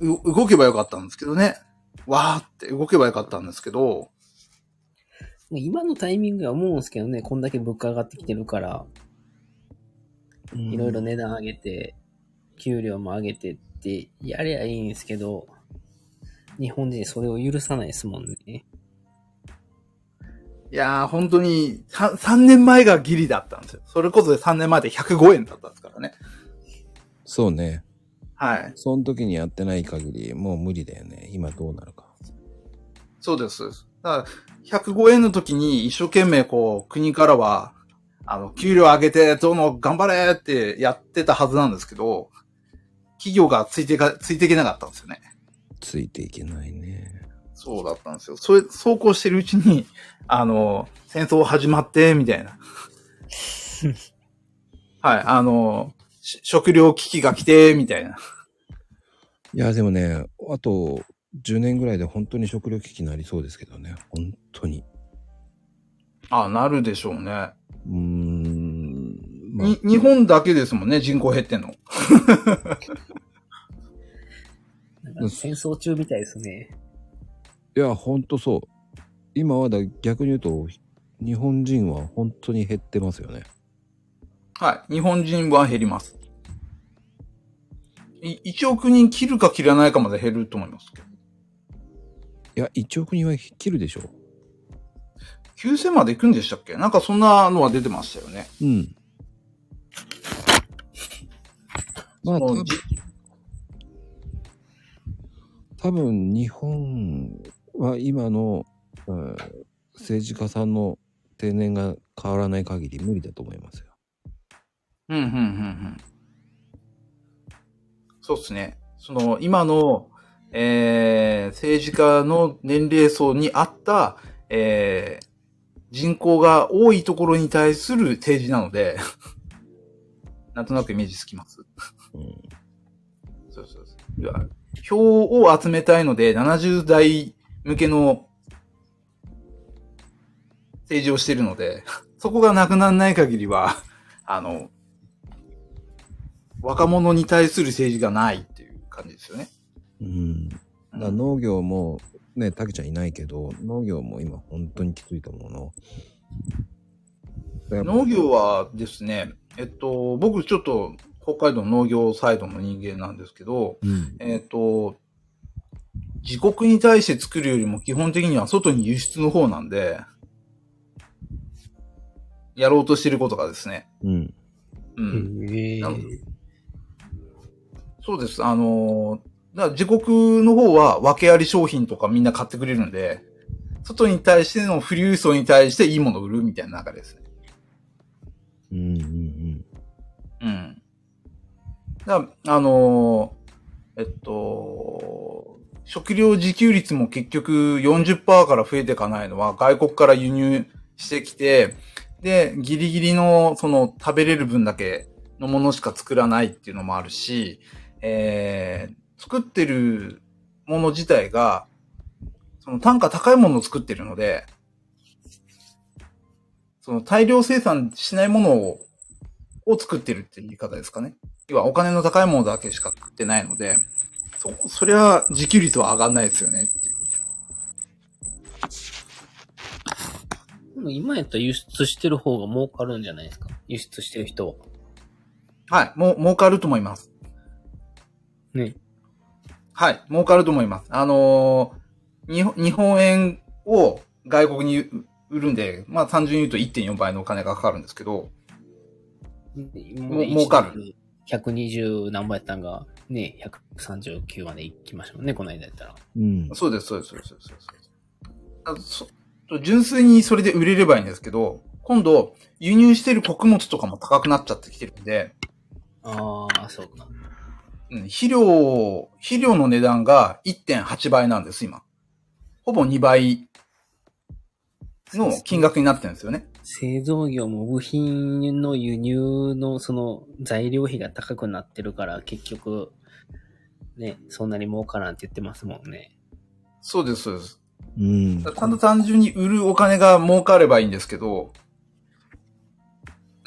う動けばよかったんですけどね。わーって動けばよかったんですけど、今のタイミングは思うんですけどね、こんだけ物価上がってきてるから、いろいろ値段上げて、給料も上げてって、やりゃいいんですけど、日本人それを許さないですもんね。いやー、本当に3、3年前がギリだったんですよ。それこそ3年前で105円だったんですからね。そうね。はい。その時にやってない限り、もう無理だよね。今どうなるか。そうです。そうですだから、105円の時に一生懸命こう、国からは、あの、給料上げて、どうの、頑張れってやってたはずなんですけど、企業がついてか、ついていけなかったんですよね。ついていけないね。そうだったんですよ。それ、そうこうしてるうちに、あの、戦争始まって、みた いな。はい、あの、し食料危機が来て、みたいな。いや、でもね、あと10年ぐらいで本当に食糧危機になりそうですけどね。本当に。あ、なるでしょうね。うーん。まあに、日本だけですもんね、人口減ってんの。なんか戦争中みたいですね。いや、ほんとそう。今はだ逆に言うと、日本人は本当に減ってますよね。はい。日本人は減ります。い1億人切るか切らないかまで減ると思います。いや、1億人は切るでしょ9000まで行くんでしたっけなんかそんなのは出てましたよね。う。うん。まあ、そ多の分じ多分日本は今の、うん政治家さんの定年が変わらない限り無理だと思いますよ。うん、うん、うん、うん。そうっすね。その、今の、えー、政治家の年齢層に合った、えー、人口が多いところに対する政治なので、 なんとなくイメージつきます。うん、そうそうそういや。票を集めたいので、70代向けの政治をしているので、そこがなくならない限りは、あの、若者に対する政治がないっていう感じですよね。うん、だから農業もねたけちゃんいないけど農業も今本当にきついと思うのだから農業はですね、えっと、僕ちょっと北海道農業サイドの人間なんですけど、うんえっと、自国に対して作るよりも基本的には外に輸出の方なんで、やろうとしてることがですね。うんうん。へえなるほそうです。あのーだから自国の方は訳あり商品とかみんな買ってくれるんで、外に対しての富裕層に対していいものを売るみたいな流れですね。うんうんうんうん。だからあのーえっと、食料自給率も結局40%から増えていかないのは外国から輸入してきて、で、ギリギリのその食べれる分だけのものしか作らないっていうのもあるし、えー、作ってるもの自体が、その単価高いものを作ってるので、その大量生産しないものをを作ってるっていう言い方ですかね。要はお金の高いものだけしか食ってないので、そ、そりゃ自給率は上がんないですよねっていう。でも今やったら輸出してる方が儲かるんじゃないですか。輸出してる人は。はい、もう、儲かると思います。ね。はい、儲かると思います。あのー日本、日本円を外国に売売るんで、まあ単純に言うと1.4倍のお金がかかるんですけど、も儲かる。120何倍やったんが、ね、139まで行きましたもんね、この間やったら。うんそうです、そうです、そうです、そうですそうです。あそ純粋にそれで売れればいいんですけど、今度、輸入してる穀物とかも高くなっちゃってきてるんで、ああ、そうか。うん肥料、肥料の値段が1.8倍なんです、今。ほぼ2倍の金額になってるんですよね。製造業も部品の輸入のその材料費が高くなってるから、結局、ね、そんなに儲からんって言ってますもんね。そうです、そうです。うんただ単純に売るお金が儲かればいいんですけど、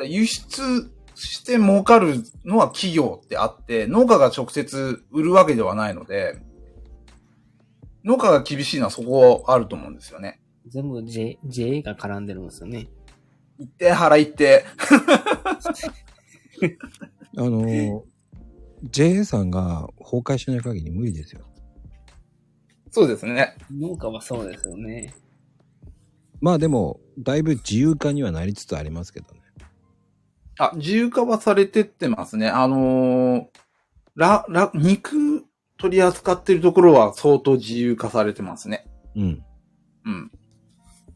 輸出して儲かるのは企業ってあって、農家が直接売るわけではないので、農家が厳しいのはそこあると思うんですよね。全部 J、JA が絡んでるんですよね。一定払いって、あの、JA さんが崩壊しない限り無理ですよ。そうですね。農家はそうですよね。まあでも、だいぶ自由化にはなりつつありますけどね。あ、自由化はされてってますね。あのーら、ら、肉取り扱ってるところは相当自由化されてますね。うん。だかうん。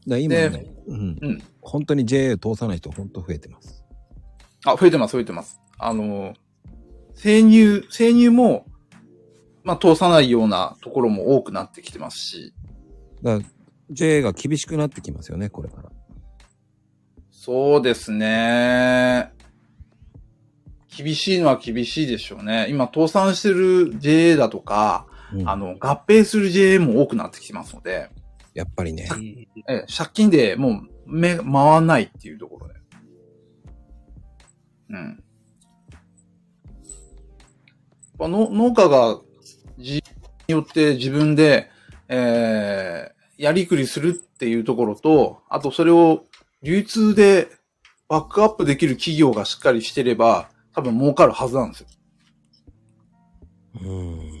ら今ねでうん、うん本当に JA 通さない人本当増えてます。あ、増えてます、増えてます。あのー生乳、生乳も、まあ、通さないようなところも多くなってきてますし、だから JA が厳しくなってきますよね、これから。そうですね。厳しいのは厳しいでしょうね。今、倒産してる JA だとか、うんあの、合併する JA も多くなってきてますので、やっぱりね。ええ借金でもう目、回らないっていうところで。うん。やっぱの農家が自によって自分で、えーやりくりするっていうところと、あとそれを流通でバックアップできる企業がしっかりしてれば、多分儲かるはずなんですよ。うん。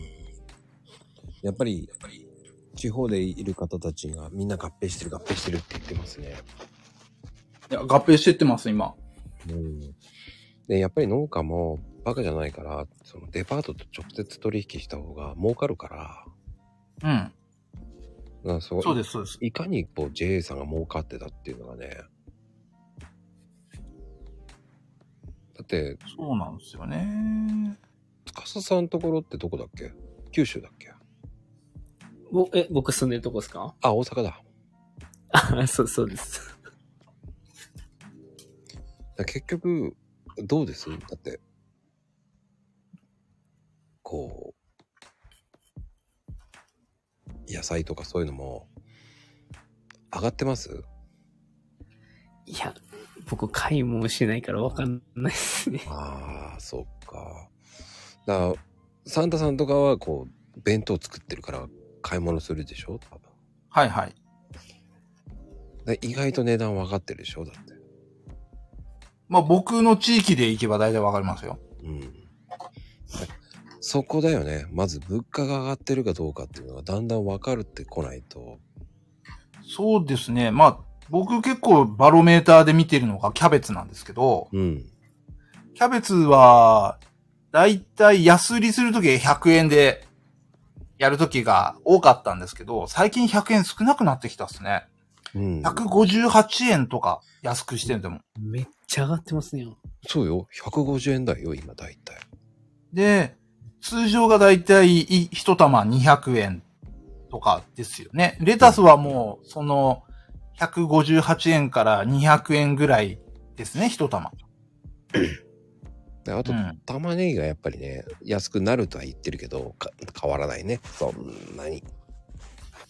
やっぱり、地方でいる方たちがみんな合併してる合併してるって言ってますね。いや、合併してってます、今。うん。で、やっぱり農家もバカじゃないから、そのデパートと直接取引した方が儲かるから、うん。だからそうです、そうです。いかにこう JA さんが儲かってたっていうのがね。だって、そうなんですよね。司さんのところってどこだっけ九州だっけぼえ、僕住んでるとこですかあ、大阪だ。だかあ そう、そうです。ら結局、どうですだって、こう、野菜とかそういうのも、上がってますいや、僕、買い物しないからわかんないですね。ああ、そっか。だから、サンタさんとかはこう、弁当作ってるから買い物するでしょ多分。はいはい。で意外と値段分かってるでしょだって。まあ僕の地域で行けば大体わかりますよ。うん。でそこだよね。まず物価が上がってるかどうかっていうのがだんだん分かるってこないと。そうですね。まあ僕結構バロメーターで見てるのがキャベツなんですけど、うん。キャベツは大体安売りするとき100円でやるときが多かったんですけど、最近100円少なくなってきたっすね。うん。 158円とか安くしてんでも。めっちゃ上がってますね。そうよ。150円台よ、今大体。で、通常がだいたい一玉200円とかですよね。レタスはもう、その、158円から200円ぐらいですね、一玉。であと、うん玉ねぎがやっぱりね、安くなるとは言ってるけど、か変わらないね。そんなに。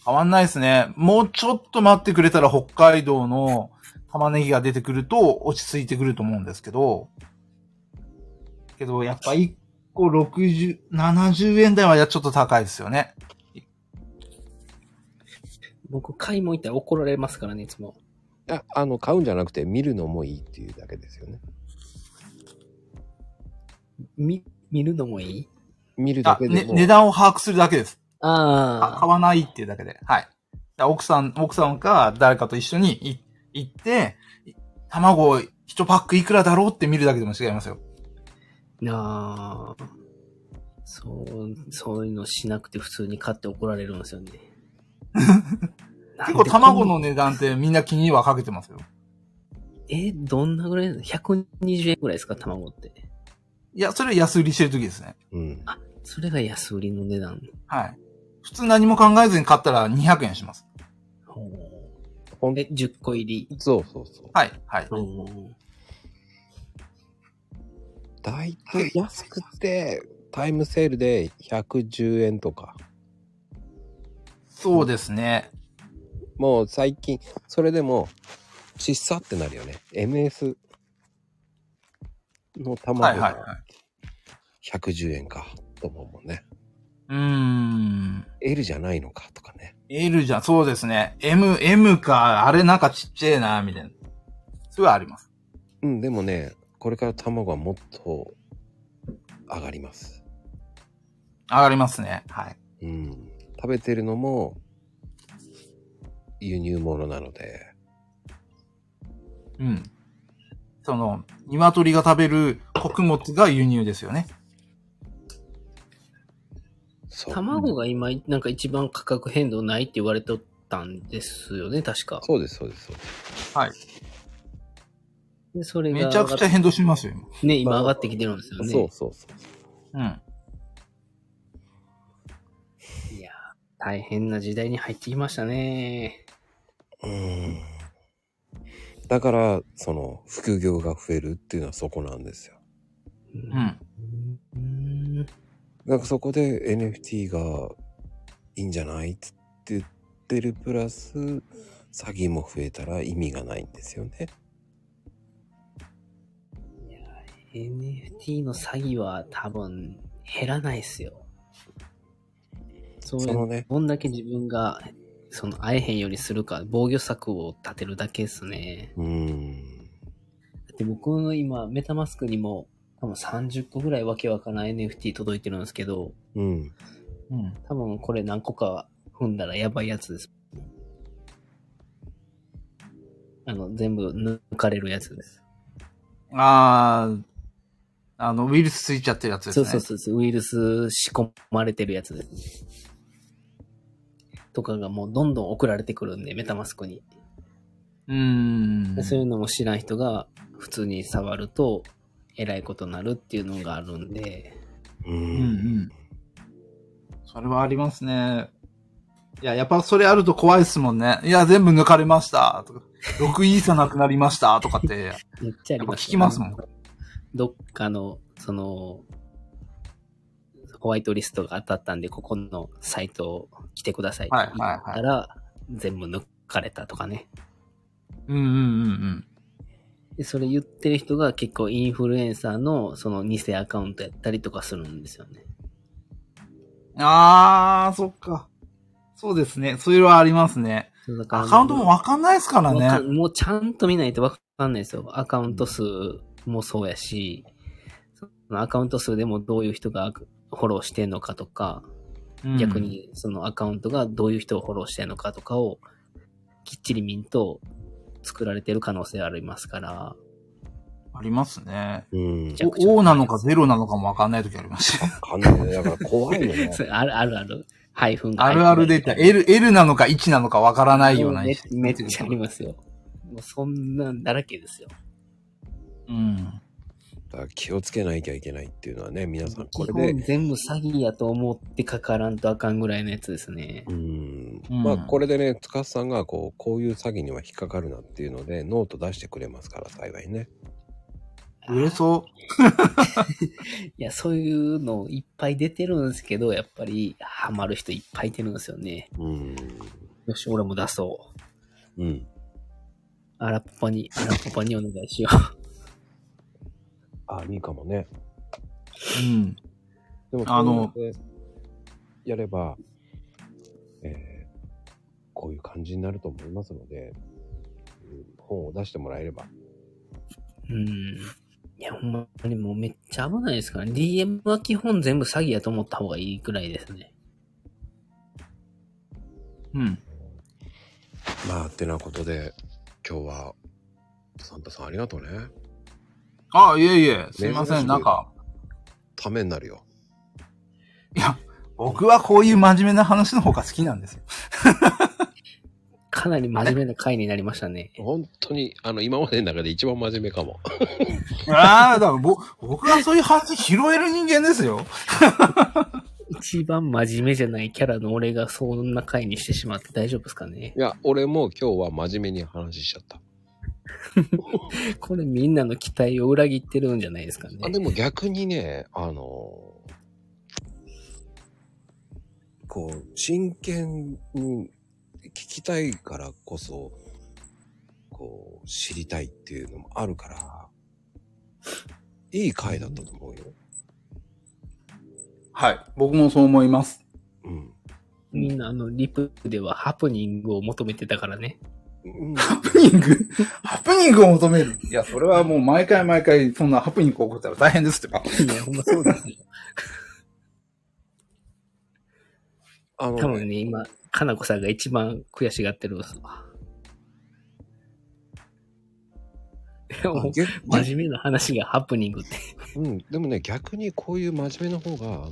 変わんないですね。もうちょっと待ってくれたら北海道の玉ねぎが出てくると落ち着いてくると思うんですけど、けどやっぱ1個60、70円台はちょっと高いですよね。僕、買い物行ったら怒られますからね、いつも。いや、あの、買うんじゃなくて見るのもいいっていうだけですよね。み、見るのもいい見るだあ、けでね、も。値段を把握するだけです。あ買ああ。わないっていうだけで。はい。だ奥さん、奥さんか誰かと一緒にい行って、い卵一パックいくらだろうって見るだけでも違いますよ。なあ。そう、そういうのしなくて普通に買って怒られるんですよね。 結構卵のね。値段ってみんな気にはかけてますよ。え、どんなぐらい ?120 円ぐらいですか、卵って。いや、それは安売りしてる時ですね。うん。それが安売りの値段。はい。普通何も考えずに買ったら200円します。ほんえ、10個入り。そうそうそう。はい、はい。うん大体安くて、タイムセールで110円とか。そうですね。もう最近、それでも、ちっさってなるよね。MS。のはい卵はいはいが。110円か、と思うもんね。うーん。 L じゃないのか、とかね。 L じゃ、そうですね。M、M か、あれなんかちっちゃいな、みたいな。それはあります。うん、でもね、これから卵はもっと上がります。上がりますね。はい。うん。食べてるのも、輸入物なので。うん。その、鶏が食べる穀物が輸入ですよね。そう。卵が今、なんか一番価格変動ないって言われとったんですよね、確か。そうです、そうです、そうです。はい。で、それがめちゃくちゃ変動しますよ、ゃ、ね、今上がってきてるんですよね。そうそうそう。今。うん。いやー、大変な時代に入ってきましたね。うんだから、その、副業が増えるっていうのはそこなんですよ。ううん。ん。なんかそこで NFT がいいんじゃないっつって言ってるプラス、詐欺も増えたら意味がないんですよね。 NFT の詐欺は多分減らないっすよ。そうそのねどんだけ自分が、その会えへんようにするか、防御策を立てるだけですね。うん。だって僕の今、メタマスクにも、多分30個ぐらいわけわからない NFT 届いてるんですけど、うん。うん。多分これ何個か踏んだらやばいやつです。あの、全部抜かれるやつです。あー、あの、ウイルスついちゃってるやつですそうね。そうそうそう、ウイルス仕込まれてるやつです。とかがもうどんどん送られてくるんで、メタマスクに。う。うーんで。そういうのも知らん人が普通に触ると、えらいことになるっていうのがあるんで、う。うんうんん。それはありますね。いや、やっぱそれあると怖いですもんね。いや、全部抜かれました。とか、6イーサなくなりました。とかって。めっちゃありますよやっぱ聞きますもん。どっかの、その、ホワイトリストが当たったんで、ここのサイトを来てくださいってはい言はっいはたい。ら、全部抜かれたとかね。うんうんうんで、それ言ってる人が結構インフルエンサーのその偽アカウントやったりとかするんですよね。うん。あー、そっか。そうですね。それはありますね。そうだからアカウントもわかんないですからわかんね。もうちゃんと見ないとわかんないですよ。アカウント数もそうやし、そのアカウント数でもどういう人がフォローしてんのかとか、うん逆。にそのアカウントがどういう人をフォローしてんのかとかをきっちり見んと作られてる可能性ありますから、ありますね。うん。じゃお O なのかゼロなのかもわかんない時あります し。完全にだから怖いよね。それあるあるある。ハイフンがあるあるデータ、L、L なのか1なのかわからないような。め めっちゃありますよ。もうそんなんだらけですよ。うん。だから気をつけなきゃいけないっていうのはね、皆さんこ基れ本で、全部詐欺やと思ってかからんとあかんぐらいのやつですね。うん。うんまあこれでね、塚さんがこう、こういう詐欺には引っかかるなっていうので、ノート出してくれますから、幸いね。売れそう。いや、そういうのいっぱい出てるんですけど、やっぱりハマる人いっぱいいてるんですよね。うん。よし、俺も出そう。うん。あらぽぱに、あらぽぱにお願いしよあ、いいかもね。うん。でも、あのそうやってやれば、えーこういう感じになると思いますので、うん本を出してもらえれば。う。 うん。いや、ほんまにもうめっちゃ危ないですから、DM は基本全部詐欺やと思った方がいいくらいですね。うん。まあ、ってなことで、今日は、サンタさんありがとうね。あ、いえいえ、すいませ珍しいん、なんか、ためになるよ。いや、僕はこういう真面目な話の方が好きなんですよ。かなり真面目な回になりましたね。本当に、あの、今までの中で一番真面目かも。 ああ、だからぼ僕はそういう話拾える人間ですよ。一番真面目じゃないキャラの俺がそんな回にしてしまって大丈夫ですかねいや、俺も今日は真面目に話しちゃった。これみんなの期待を裏切ってるんじゃないですかね。あでも逆にね、あのーこう、真剣に聞きたいからこそ、こう、知りたいっていうのもあるから、いい回だったと思うよ。はい。僕もそう思います。うん。みんなあの、リプではハプニングを求めてたからね。うんハプニン グハプニングを求める。いや、それはもう毎回毎回、そんなハプニング起こったら大変ですってば。いや、ほんまそうだね。あ 多の、分ね、今、かなこさんが一番悔しがってるわ。いや、もうげ真面目な話がハプニングって。うん、でもね、逆にこういう真面目な方が、あの、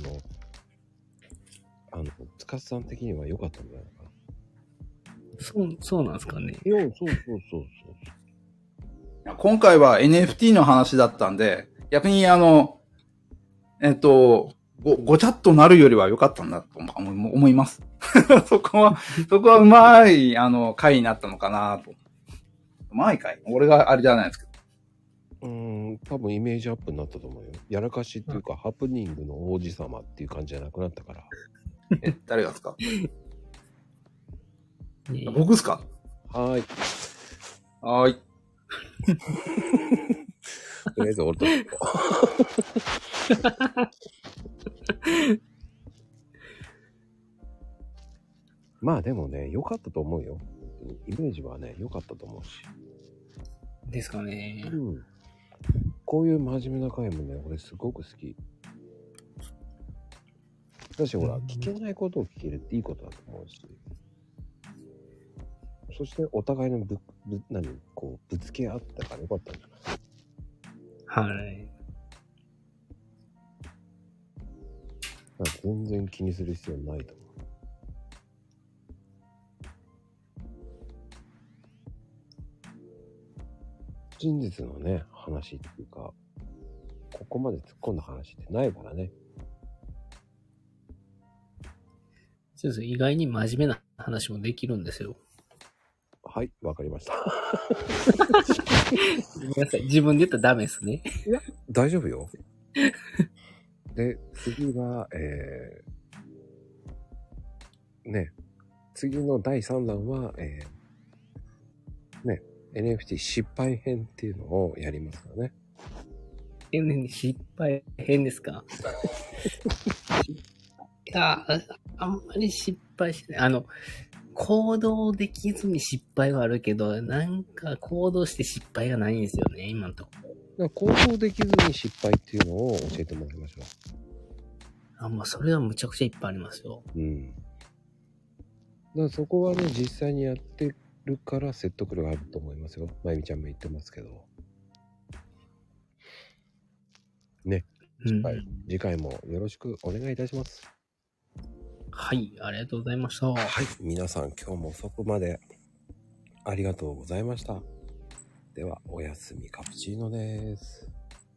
あの、つかさん的には良かったんじゃないかな。そう、そうなんですかね。いや、そうそうそうそう。今回は NFT の話だったんで、逆にあの、えっと、ご、ごちゃっとなるよりは良かったんだと思思思います。 そこは、そこはうまい、あの、回になったのかなと。うまい回俺があれじゃないですけど。うーん、多分イメージアップになったと思うよ。やらかしっていうか、ハプニングの王子様っていう感じじゃなくなったから。え、誰がですかね僕ですかはーい。はーい。とりあえず 俺と。まあでもね、良かったと思うよ。イメージはね、良かったと思うし。ですかね。うん。こういう真面目な回もね、俺すごく好き。だしほら、うん聞けないことを聞けるっていいことだと思うし。そしてお互いのぶ、ぶ、何、こう、ぶつけ合ったから良かったんじゃないはい。だから全然気にする必要ないと思う。真実のね、話っていうか、ここまで突っ込んだ話ってないからね。そうそう、意外に真面目な話もできるんですよ。はい、わかりました。 ごめんなさい。自分で言ったらダメですね。大丈夫 よ。で、次は、えー、ね、次の第3弾は、えー、ね、NFT 失敗編っていうのをやりますからね。え、ね、失敗変で すかいや、ああんまり失敗しない。あの、行動できずに失敗はあるけど、なんか行動して失敗がないんですよね、今のとこ。だから行動できずに失敗っていうのを教えてもらいましょあ、もうそれはむちゃくちゃいっぱいありますよ。う。うん。だからそこはね、実際にやってるから説得力があると思いますよ。まゆみちゃんも言ってますけど。うん。はい。次回もよろしくお願いいたします。はい、ありがとうございました。はい。皆さん今日も遅くまでありがとうございました。では、おやすみカプチーノです。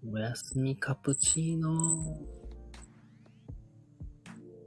おやすみカプチーノ。